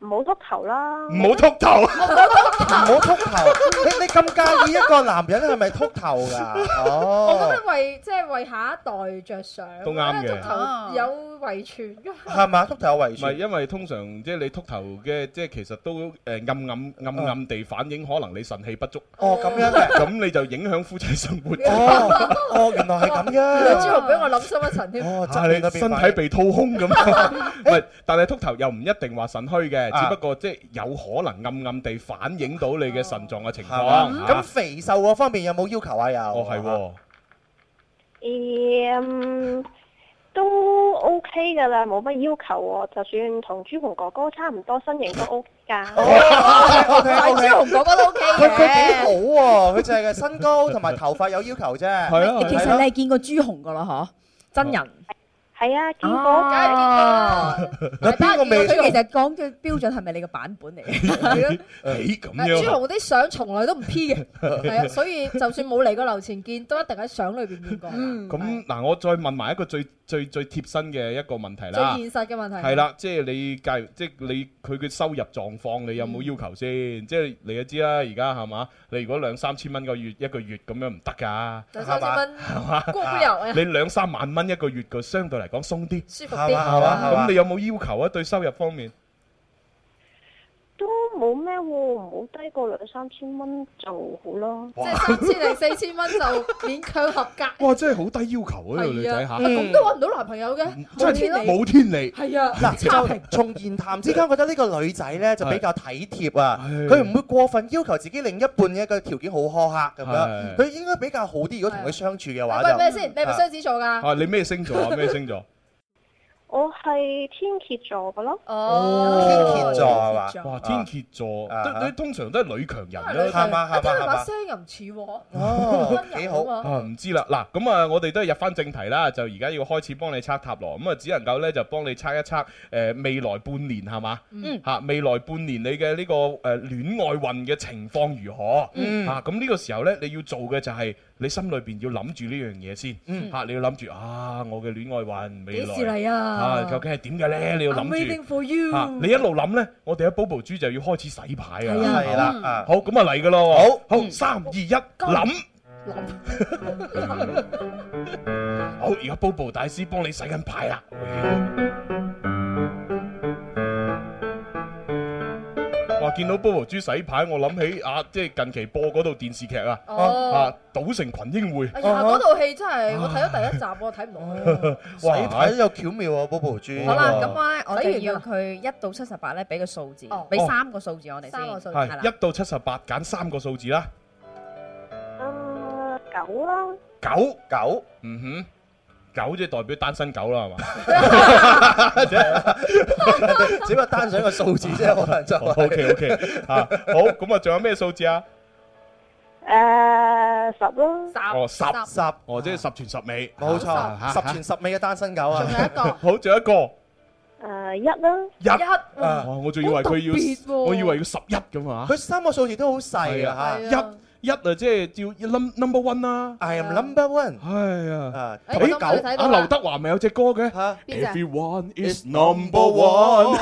唔好耷頭啦。
唔好禿 頭。
唔好禿頭。你-你咁介意一個男人係咪禿頭㗎？哦。
我覺得為即係為下一代着想，
都啱嘅
因為足球有遺傳㗎。
唔係，因為通常即係你禿頭嘅，即係其實都誒 暗暗暗暗地反映，可能你腎氣不足。
哦咁樣嘅
咁你就影響夫妻生活。
哦，哦，原來係咁嘅。
梁朱紅俾我諗深一層添。
哦
啊！你身體被掏空 咁，唔係，但係禿頭又唔一定話腎虛嘅，
啊
只不過即係有可能暗暗地反映到你嘅腎臟嘅情況。
係嘛？咁
啊
肥瘦嗰方面有冇要求啊，又？
哦係喎，
誒嗯都 OK 噶啦，冇乜要求喎。就算同朱紅哥哥差唔多身形都 OK 㗎。
OK，OK，OK。
但係朱紅哥哥都OK嘅。
佢-佢幾好喎，佢就係個身高同埋頭髮有要求啫。
你其實你係見過朱紅噶啦，
嗬？真人
係啊，
見
過梗係見過。
哦佢
朱紅
其實講嘅標準係咪你個版本嚟 嘅？
咦咁
朱
樣啊。
紅啲相從來都唔 P 嘅，係啊，所以就算冇嚟過樓前見，都一定喺相裏邊見過。
咁嗱，我再問埋一個最最最貼身嘅一個問題
最
啦。
現實嘅問題
係啦，即係你介入，即係你佢嘅收入狀況，你有冇要求先？即係你都知啦，而家係嘛？你如果兩三千蚊個月一個月咁樣唔得 㗎，
兩三千蚊
係嘛
高高油啊
你兩三萬蚊一個月個，相對嚟講鬆啲，
舒服啲係嘛
係
係嘛
嘛？
係嘛
咁你有冇要求啊？對收入方面，
都冇咩喎，唔好低過兩三千蚊就好啦。
即係三千零四千蚊就勉強合格。
哇！真係好低要求啊，呢個女
係
仔嚇
啊，，咁都揾唔到男朋友嘅，
真
冇天
係
理
冇天理。
係啊，
嗱，
差
就
評
從言談之間覺得呢個女仔咧就比較體貼啊，佢唔會過分要求自己另一半嘅一個條件好苛刻咁樣，
係
佢應該比較好啲。如果同佢相處嘅話就，
喂咩先？你係咪雙子座㗎？
嗯啊，你咩星座啊？咩星 座？
我係天蝎座嘅咯。
哦
天蠍座係嘛
哇，天蝎座，
啊
都你通常都係女強人啊
女
啦，
仔我聽佢把聲又唔似喎，
哦
温柔啊
哦
嘛
啊，唔知啦，嗱，咁啊，我哋都係入翻正題啦，就而家要開始幫你測塔羅，咁啊，只能夠咧就幫你測一測誒、未來半年係嘛，
嗯
嚇、未來半年你嘅呢、個誒、戀愛運嘅情況如何，
嗯
啊，咁呢個時候咧你要做嘅就係、你心裏邊要諗住呢樣嘢先，嚇、你要諗住啊，我嘅戀愛運未來
嗯幾時嚟啊
究竟係點嘅咧？你要
I'm waiting
諗
for
住
you
嚇你一路諗咧，我哋喺 Bobo 豬就要開始洗牌㗎
係
啦，
啊係啦嗯
好，咁啊嚟㗎咯喎，好，好，三二一，諗。好，而家 Bobo 大師幫你洗緊牌啦。哇！見到 Bobo 豬洗牌，我諗起啊，即係近期播嗰套電視劇啊，
哦
啊《賭城群英會
哎》呀，嗰套戲真係我睇咗第一集，我睇唔落。
啊哇
洗牌都有巧妙喎，Bobo 豬。
好啦，咁咧我
洗
哋
完
要
啦
佢一到七十八咧，俾個數字
哦，
俾
哦
三個數字我哋先，
三個數
係
係啦。
一到七十八，揀三個數字啦。
啊，狗啦，
九九，嗯哼，九即係代表單身狗啦，係 嘛？
只不過單純一個數字啫，可能就
O K O K 哦啊，好，咁啊，仲有咩數字啊？
誒十咯。
哦，十
十，
哦，即係十全十美，
冇
啊
錯，十全十美嘅單身狗啊！
好，仲有一個
誒一啦。
一
哇
嗯
啊，我仲以為佢
好特別
要，
喎
我以為要十一咁啊。
佢三個數字都好細
係
啊
啊，
嚇。
一一啊，即係要 num- number one 啦。
I am number one。
係啊，
哎
誒咁我哋睇到
阿
啦
劉德華咪有隻歌嘅
邊隻啊
，Everyone is number one。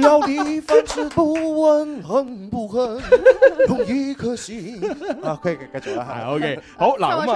只要你凡事不问，恨不恨，用一颗心。啊，繼繼繼續啦，
係 OK，好嗱咁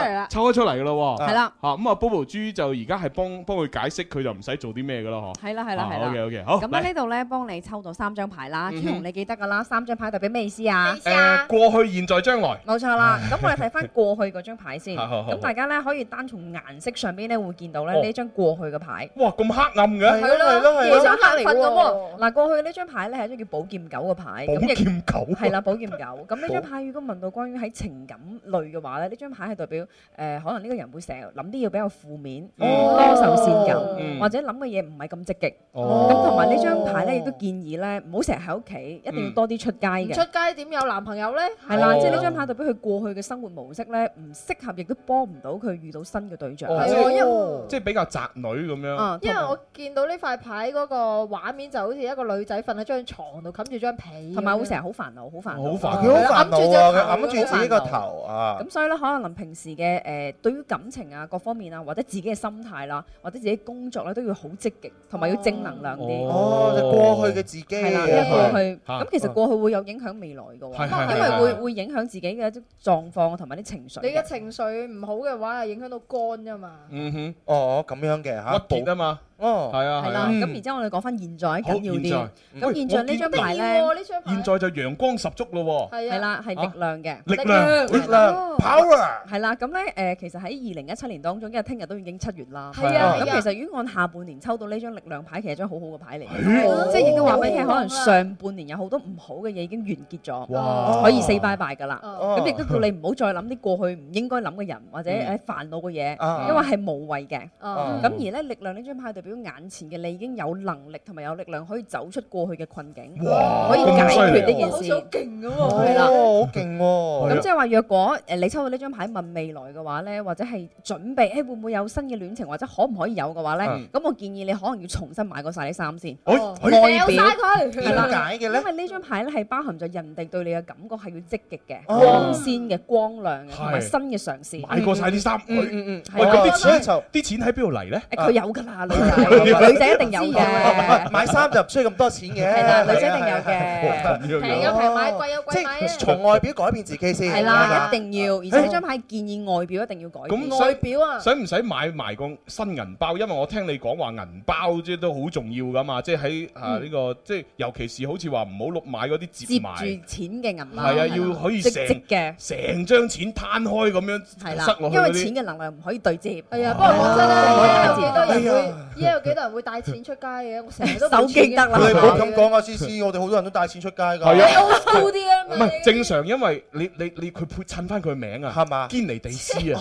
啊，抽咗
抽咗出嚟啦
出嚟噶咯喎，
係啦
嚇咁啊，Bobo 豬就而家係幫幫佢解釋，佢就唔使做啲咩噶啦，嗬，
係啦係啦係啦。
OK OK，好，
咁啊
嚟
呢度咧幫你抽到三張牌啦，
嗯
朱
哼
紅你記得㗎啦，三張牌代表咩意思啊？
誒過去、現在、將來。
冇
啊
錯啦，咁我哋睇翻過去嗰張牌先，
好好好
咁大家咧可以單從顏色上邊咧會見到咧
哦
呢張過去嘅牌。
哇，咁黑暗嘅，
係咯
夜
夜
晚
晚黑
黑嚟
嚟
嘅
㗎
喎
喎。嗱，過去呢張牌咧係一張叫寶劍九嘅 牌，
寶劍九
係啦，寶劍九。咁呢
寶
張牌如果問到關於喺情感類嘅話咧，呢張牌係代表誒可能呢個人會成日諗啲嘢比較負面，
哦
多愁善
嗯
感，或者諗嘅嘢唔係咁積極。
哦
咁同埋呢張牌咧亦都建議咧唔好成日喺屋企，一定要
嗯
多啲出街嘅。
出街點有男朋友咧？
係啦，即係呢張牌
卡代表佢過去嘅生活模式咧，唔適合亦都幫唔到佢遇到新嘅對象。
哦
係啊因為
嗯
即係比較宅女咁樣
啊。
因為我見到呢塊牌嗰個畫面就好似一個女仔瞓喺張床度冚住張被，
同埋會成日好煩惱，好煩惱。
好煩佢好煩惱啊！佢揞住自己個
好煩惱
頭啊！
咁所以咧，可能臨平時嘅誒、呃，對於感情啊各方面啊，或者自己嘅心態啦，或者自己工作咧，都要好積極，同埋要正能量啲。
哦，就過去嘅自己
係啦，因為過去
啊
咁其實過去會有影響未來嘅
係係
喎，
係
因為啊會
係
會影響自己嘅一啲狀況同埋啲情緒
哦你嗯
嘅。
嘅情緒唔好嘅話，係影響到肝㗎嘛。
嗯哼，
哦咁樣嘅嚇，
結啊嘛，
哦，
係啊，
係
係
啦，
啊。
咁然之後我哋講翻現在緊要啲
好。
咁現在呢張牌
喂我
咧，
呢張啊
現在就陽光十足咯喎。
係啦，係力量嘅
力量力
嗯
量 power
係啦，咁咧誒，其實喺二零一七年當中，因為聽日都已經七月啦。
係啊係啊
咁其實如果按下半年抽到呢張力量牌，其實係張好好嘅牌嚟
咦
嘅，即係已經話俾你聽，
哦
可能上半年有好多唔好嘅嘢已經完結
哦
哇
咗，可以 say bye bye 㗎啦。
Ờ.
哦
咁亦都叫你唔好再諗啲過去唔應該諗嘅人
Ừ.
或者
嗯
誒煩惱嘅
啊
Ờ.
嘢，因為係無謂嘅。
哦
咁而咧力量呢張牌代表眼前嘅你已經有能力同埋有力量可以走出過去嘅困境，
哇
可以解決呢件
好
事
似。好勁咁
哦，
係啦
好勁喎！
咁即係話，若果誒你抽到呢張牌問未來嘅話咧，或者係準備誒會唔會有新嘅戀情，或者可唔可以有嘅話咧
嗯，
咁我建議你可能要重新買過晒啲衫先，
哦
外表
掉晒佢
係啦
點解嘅咧
因為呢張牌咧係包含咗人哋對你嘅感覺係要積極嘅、
哦
光鮮嘅、光亮嘅，同埋
係
新嘅嘗試。
買過晒啲衫，
嗯嗯嗯，
喂，
係啊
咁啲錢啲錢喺邊 度嚟咧？
佢有 㗎啦，女仔女仔一定有嘅，
買衫就唔需要咁多錢嘅，
係啦女仔一定有
有
嘅平
有平買
貴
有
貴買，即係從外表改變自己先。
係啦，一
係嘛
定要，而且呢張牌建議外表一定要改變。
咁使使唔使買埋個新銀包？因為我聽你講話銀包即係都好重要噶嘛，即係喺啊呢個即係尤其是好似話唔好碌買嗰啲
接嗯
摺
住
埋，
錢嘅銀包，
係啊，
嘛
要可以
積
成
積嘅，
成張錢攤開咁樣
係
塞
啦，
落去
因
嗰
為
啲
錢嘅能量唔可以對接。
係啊，不過講真咧，依家有幾多
哎
人會，依家有幾多人會帶錢出街嘅？我 成日都冇
手
錢
機得啦
你唔好咁講啊，C C，我哋好多人都帶錢出街㗎。
係啊
old school 啲啊
唔係正常，因為你你你佢配襯翻佢名啊，係嘛？堅尼地斯啊，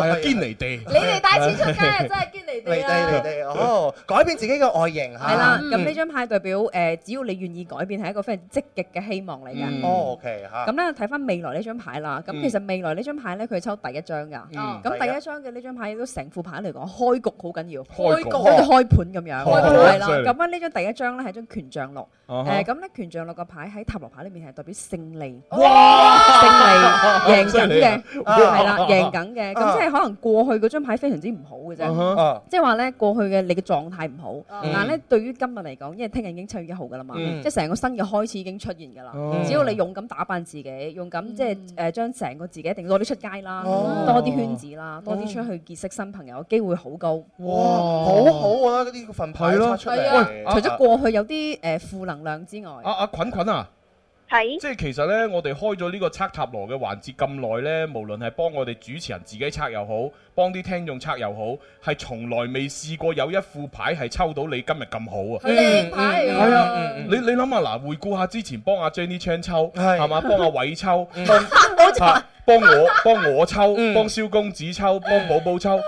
係啊，
係啊
堅尼地。
你哋帶錢出街啊真係堅離
離
地
地
啦！
離地哦，改變自己嘅外形嚇。
係啦，咁呢
嗯
張牌代表誒，只要你願意改變，係一個非常積極嘅希望嚟
嗯
嘅。
哦，OK 嚇。
咁咧睇翻未來呢張牌啦，咁
嗯
其實未來呢張牌咧，佢係抽第一張㗎。
嗯
咁第一張嘅呢張牌都成副牌嚟講，開局好緊要，
開局
好似開盤咁樣，
開盤
係啦。
犀利
咁啊，呢張第一張咧係張權杖六，
啊哈
誒咁咧權杖六個牌喺塔羅牌裏面係代表勝利，勝利贏緊嘅，係啦贏
哇犀利啊啊，
Ờ.
緊嘅。
啊
咁即係可能過去嗰張牌非常之唔好嘅
啊
Ờ,
哈
啫
啊，
即係話咧過去嘅你嘅狀態唔好，
嗯
但係咧對於今日嚟講，因為聽日已經七月一號㗎啦嘛，
嗯
Ừ.
即係成個新嘅開始已經出現㗎啦
哦。
只要你勇敢打扮自己，勇
嗯
敢即係誒將成個自己一定多啲出街啦，
哦
多啲圈子啦，多啲出
哦
去結識新朋友，機會好高。
哇，好好啊！呢個份牌
係咯
出嚟
係啊喂
除咗過去有啲誒負能量之外，
阿阿菌菌啊！即係其實呢，我哋開咗呢個測塔羅嘅環節咁耐呢，無論係幫我哋主持人自己測又好，幫啲聽眾測又好，係從來未試過有一副牌係抽到你今日咁好啊！
係靚牌嚟㗎
係啊！你你諗下嗱，回顧下之前幫阿 Jenny Chan 抽，係嘛？幫阿偉抽，
冇
錯，幫我幫我抽，幫蕭公子抽，幫寶寶抽。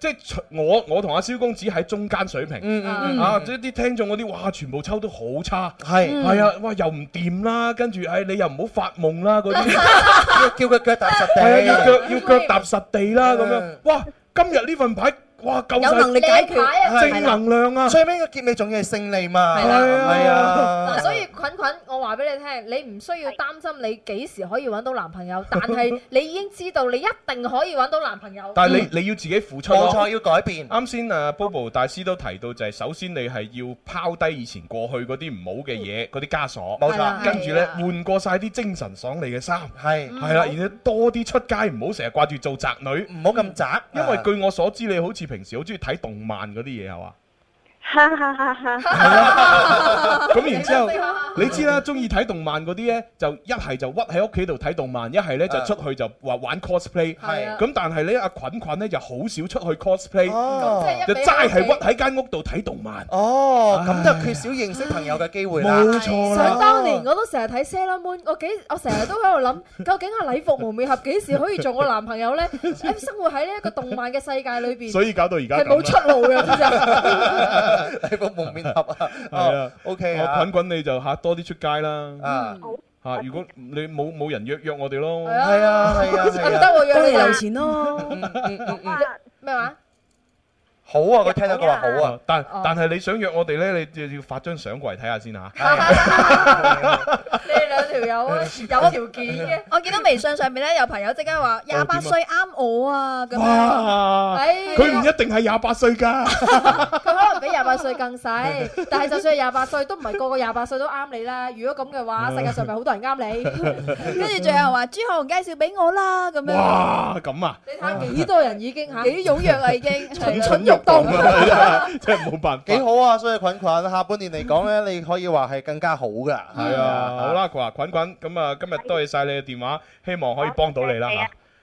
即係除我我同阿蕭公子喺中間水平，
嗯
Ờ.
嗯嗯
啊！即係啲聽眾嗰啲，哇！全部抽都好差，
係
係啊！哇！又唔掂啦，跟住唉，你又唔好發夢啦嗰啲，
叫佢腳踏實地。
係啊，要腳要腳踏實地啦咁樣。哇！今日呢份牌，哇，夠晒
Ờ,
正能量啊！
最尾個結尾仲要係勝利嘛。
係啦
係啊。
嗱，所以菌菌，我話俾你聽，你唔需要擔心你幾時可以揾到男朋友，但係你已經知道你一定可以揾到男朋友。
但係你你要自己付出咯
冇錯要改變
啱先啊，Bobo 大師都提到就係首先你係要拋低以前過去嗰啲唔好嘅
嗯
嘢，嗰啲枷鎖。
冇錯
跟住咧換過晒啲精神爽利嘅衫。
係
係啦，而且多啲出街，唔好成日掛住做宅女，唔
好咁宅。
因為據我所知，你好似平時好中意睇動漫嗰啲嘢係嘛？
哈哈 哈哈！
啊
Ừ.
咁然之 後，你知啦，中意睇動漫嗰啲呢，就一係就屈喺屋企度睇動漫，一係呢就出去就話玩 cosplay。
Ờ.
係啊
咁但係呢，阿菌菌呢就好少出去 cosplay，
哦咁即係一
就
味
齋係
喺屋企
屈喺間屋度睇動漫。
哦，咁就缺少認識朋友嘅機會啦。
冇錯啦
想當年我都成日睇 Sailor Moon，我幾我成日都喺度諗，究竟阿禮服蒙面俠幾時可以做我男朋友呢？喺生活喺呢一個動漫嘅世界裏邊，
所以搞到而家
係冇出路嘅，知唔知啊？
係個蒙面俠啊。
係啊
，OK 啊
我菌菌你就嚇多啲出街啦。
啊
嚇啊！如果你冇冇人約約我哋咯，
係啊係啊係啊係啊得 喎約你啊幫你留錢
咯。
咩話？
好啊！佢聽到佢話好 啊，
但但係你想約我哋咧，你就要發張相過嚟睇下先 嚇。
兩條友啊，有條件嘅。我見到微信上面咧有朋友即刻話廿八歲啱我啊咁
哇！
樣。
佢唔一定係廿八歲㗎。
佢可能比廿八歲更細，但係就算係廿八歲，都唔係個個廿八歲都啱你啦。如果咁嘅話，世界上咪好多人啱你。
跟住最後話朱浩介紹俾我啦咁樣。
哇！咁啊，
你睇幾多人已經嚇，幾
踴躍啊已經
蠢
蠢
欲動
啊，真係冇辦法。
幾好啊！所以菌菌下半年嚟講咧，你可以話係更加好㗎。
係啊，好啦，佢話滾滾咁啊，今日多謝晒你嘅電話，希望可以幫到你啦
係啊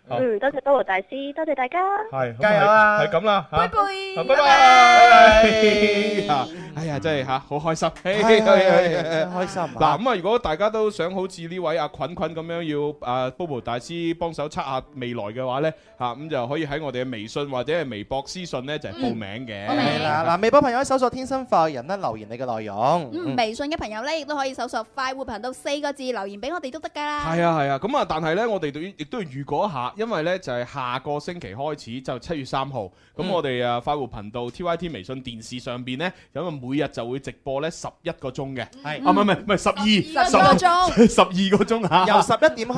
嚇。
嗯，多謝多羅大師，多謝大家。
係，
加油
啊！係咁啦，嚇，拜
拜，
拜拜，嚇哎呀，真係嚇，好開心，嘿嘿
係係
嘿
係開心啊
嗱咁啊，如果大家都想好似呢位阿菌菌咁樣要啊 Bobo 大師幫手測下未來嘅話咧，嚇咁就可以喺我哋嘅微信或者係微博私信咧就係報名嘅。
係啦，嗱，微博朋友搜索天生快活人啦，留言你嘅內容。
嗯，微信嘅朋友咧，亦都可以搜索快活頻道四個字留言俾我哋都得㗎啦。
係啊係啊，咁啊，但係咧，我哋都亦都要預告一下，因為咧就係下個星期開始就七月三號，咁
嗯
我哋啊快活頻道 TYT 微信電視上邊咧，咁啊每日就會直播咧十一個鐘嘅，
係
啊唔係唔係唔係十二
12個鐘
十二個鐘啊嚇，
由11點開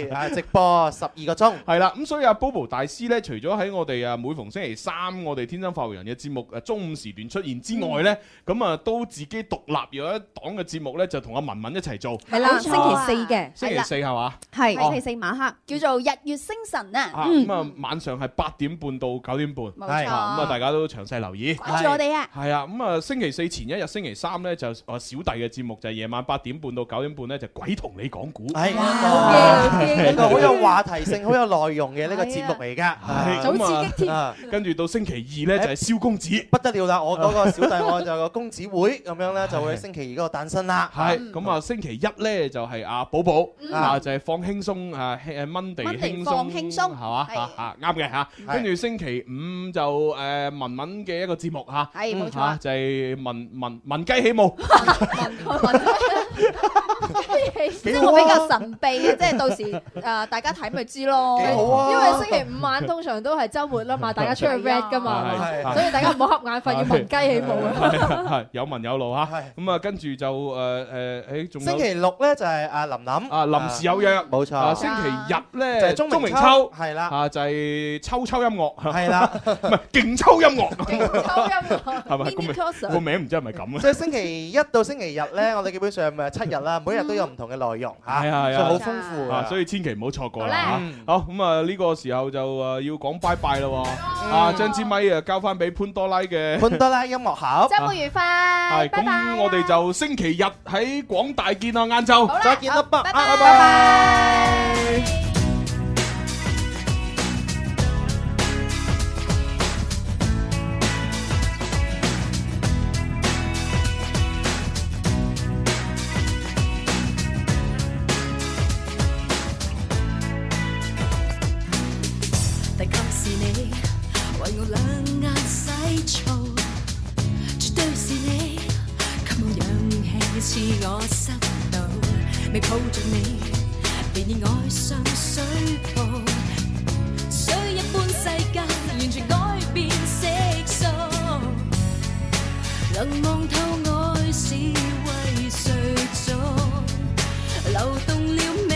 始啊直播十二個鐘，
係啦，咁所以啊 Bobo 大師咧，除咗喺我哋啊每逢星期三我哋天生快活人嘅節目誒啊中午時段出現之外
嗯
咧，咁啊都自己獨立有一檔嘅節目咧，就同阿文文一齊做，
係啦，星期
啊
四嘅，
星期四係嘛？
係
哦
星期四晚黑。
叫做日月星辰啊
啊，！
嗯
咁啊晚上係八點半到九點半，
冇錯
咁啊大家都詳細留意，
關注我哋啊
係啊，咁啊星期四前一日，星期三咧就啊小弟嘅節目就係夜晚八點半到九點半咧就鬼同你講
啊
股，
係
係
一個好有話題性、好有內容嘅呢個節目嚟 㗎，
咁啊，跟住到星期二咧就係蕭公子，
不得了 啦！我嗰個小弟我就有個公子會咁樣咧，就會喺星期二嗰個誕生啦。
係咁啊星期一咧就係阿寶寶
嗯
啊就係放輕鬆啊誒 Monday 輕
Monday
鬆
放輕鬆
係嘛
係
嚇嚇啱嘅嚇，
係
跟住星期五就誒文文嘅一個節目嚇，
係冇錯
嚇就係文文文雞起舞。啊
即係我比
啊
較神秘嘅，即係到時誒大家睇咪知咯。
啊
因為星期五晚通常都係週末啦嘛，大家出去 red 噶
係
嘛，
係
所以大家唔好瞌眼瞓，要聞雞起舞啊！
係有文有路嚇。咁啊，跟住就誒誒，誒仲有
星期六咧就係阿林林
啊，臨時有約，
冇錯
啊，星期日咧
就係鐘明
明
秋
秋，
係啦
啊就係秋秋音樂，
係啦，
唔係勁秋音樂， 係咪
Mini
個名
concert
個名唔知係咪咁啊？
即係星期一到星期日 咧，我哋基本上呃咪七日啦，每日都有唔同嘅內容嚇，
係啊係
所
啊，
以好豐富
啊，
啊。嗯
所以千祈唔好錯過
好
啦
咧
嚇。好咁啊，呢個時候就誒要講拜拜啦喎，啊將支咪啊交翻俾潘多拉嘅
潘多拉音樂盒，
週末愉快，
係
拜拜
咁，。我哋啊就星期日喺廣大見啦，晏晝
再見啦，拜拜
拜
拜。
但卻是你為我兩眼洗燥，絕對是你給我氧氣，賜我濕度。未抱着你，便已愛上水泡。水一般世界完全改變色素，能望透愛是為誰做？流動了美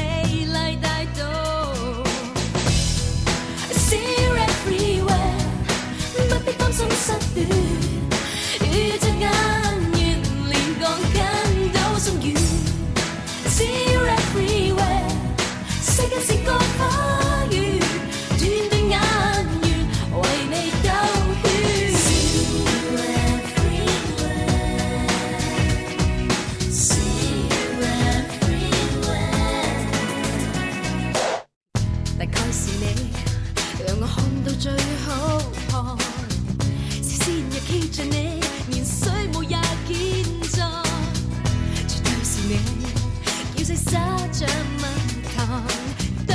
麗大道。Sir everywhere，不必擔心失戀。與隻眼緣連鋼筋都鬆軟。Sir everywhere，世界是個花園，轉對眼緣為你兜圈。Sir everywhere，Sir everywhere，大概是你。讓我看到最好看，視線若記着你，連水母也健壯。絕對是你，要細沙像蜜糖，多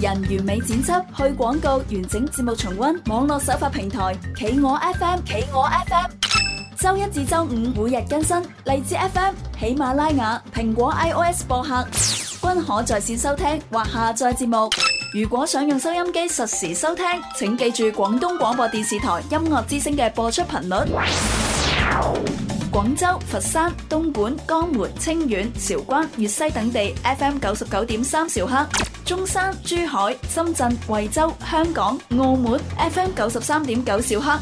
人完美剪輯，去廣告完整節目重温，網絡首發平台企鵝 FM，企鵝 FM。周一至周五每日更新，荔枝 FM、喜馬拉雅、蘋果 iOS 播客均可在線收聽或下載節目。如果想用收音機實時收聽，請記住廣東廣播電視台音樂之聲嘅播出頻率。廣州、佛山、東莞、江門、清遠、韶關、粵西等地 FM 九十九點三兆赫；中山、珠海、深圳、惠州、香港、澳門 FM 九十三點九兆赫；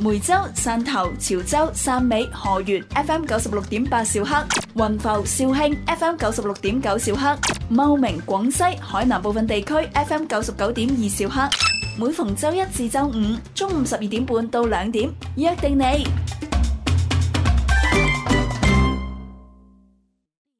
梅州、汕頭、潮州、汕尾、河源 FM 九十六點八兆赫；雲浮、肇慶 FM 九十六點九兆赫；茂名、廣西、海南部分地區 FM 九十九點二兆赫。每逢周一至周五中午十二點半到兩點，約定你。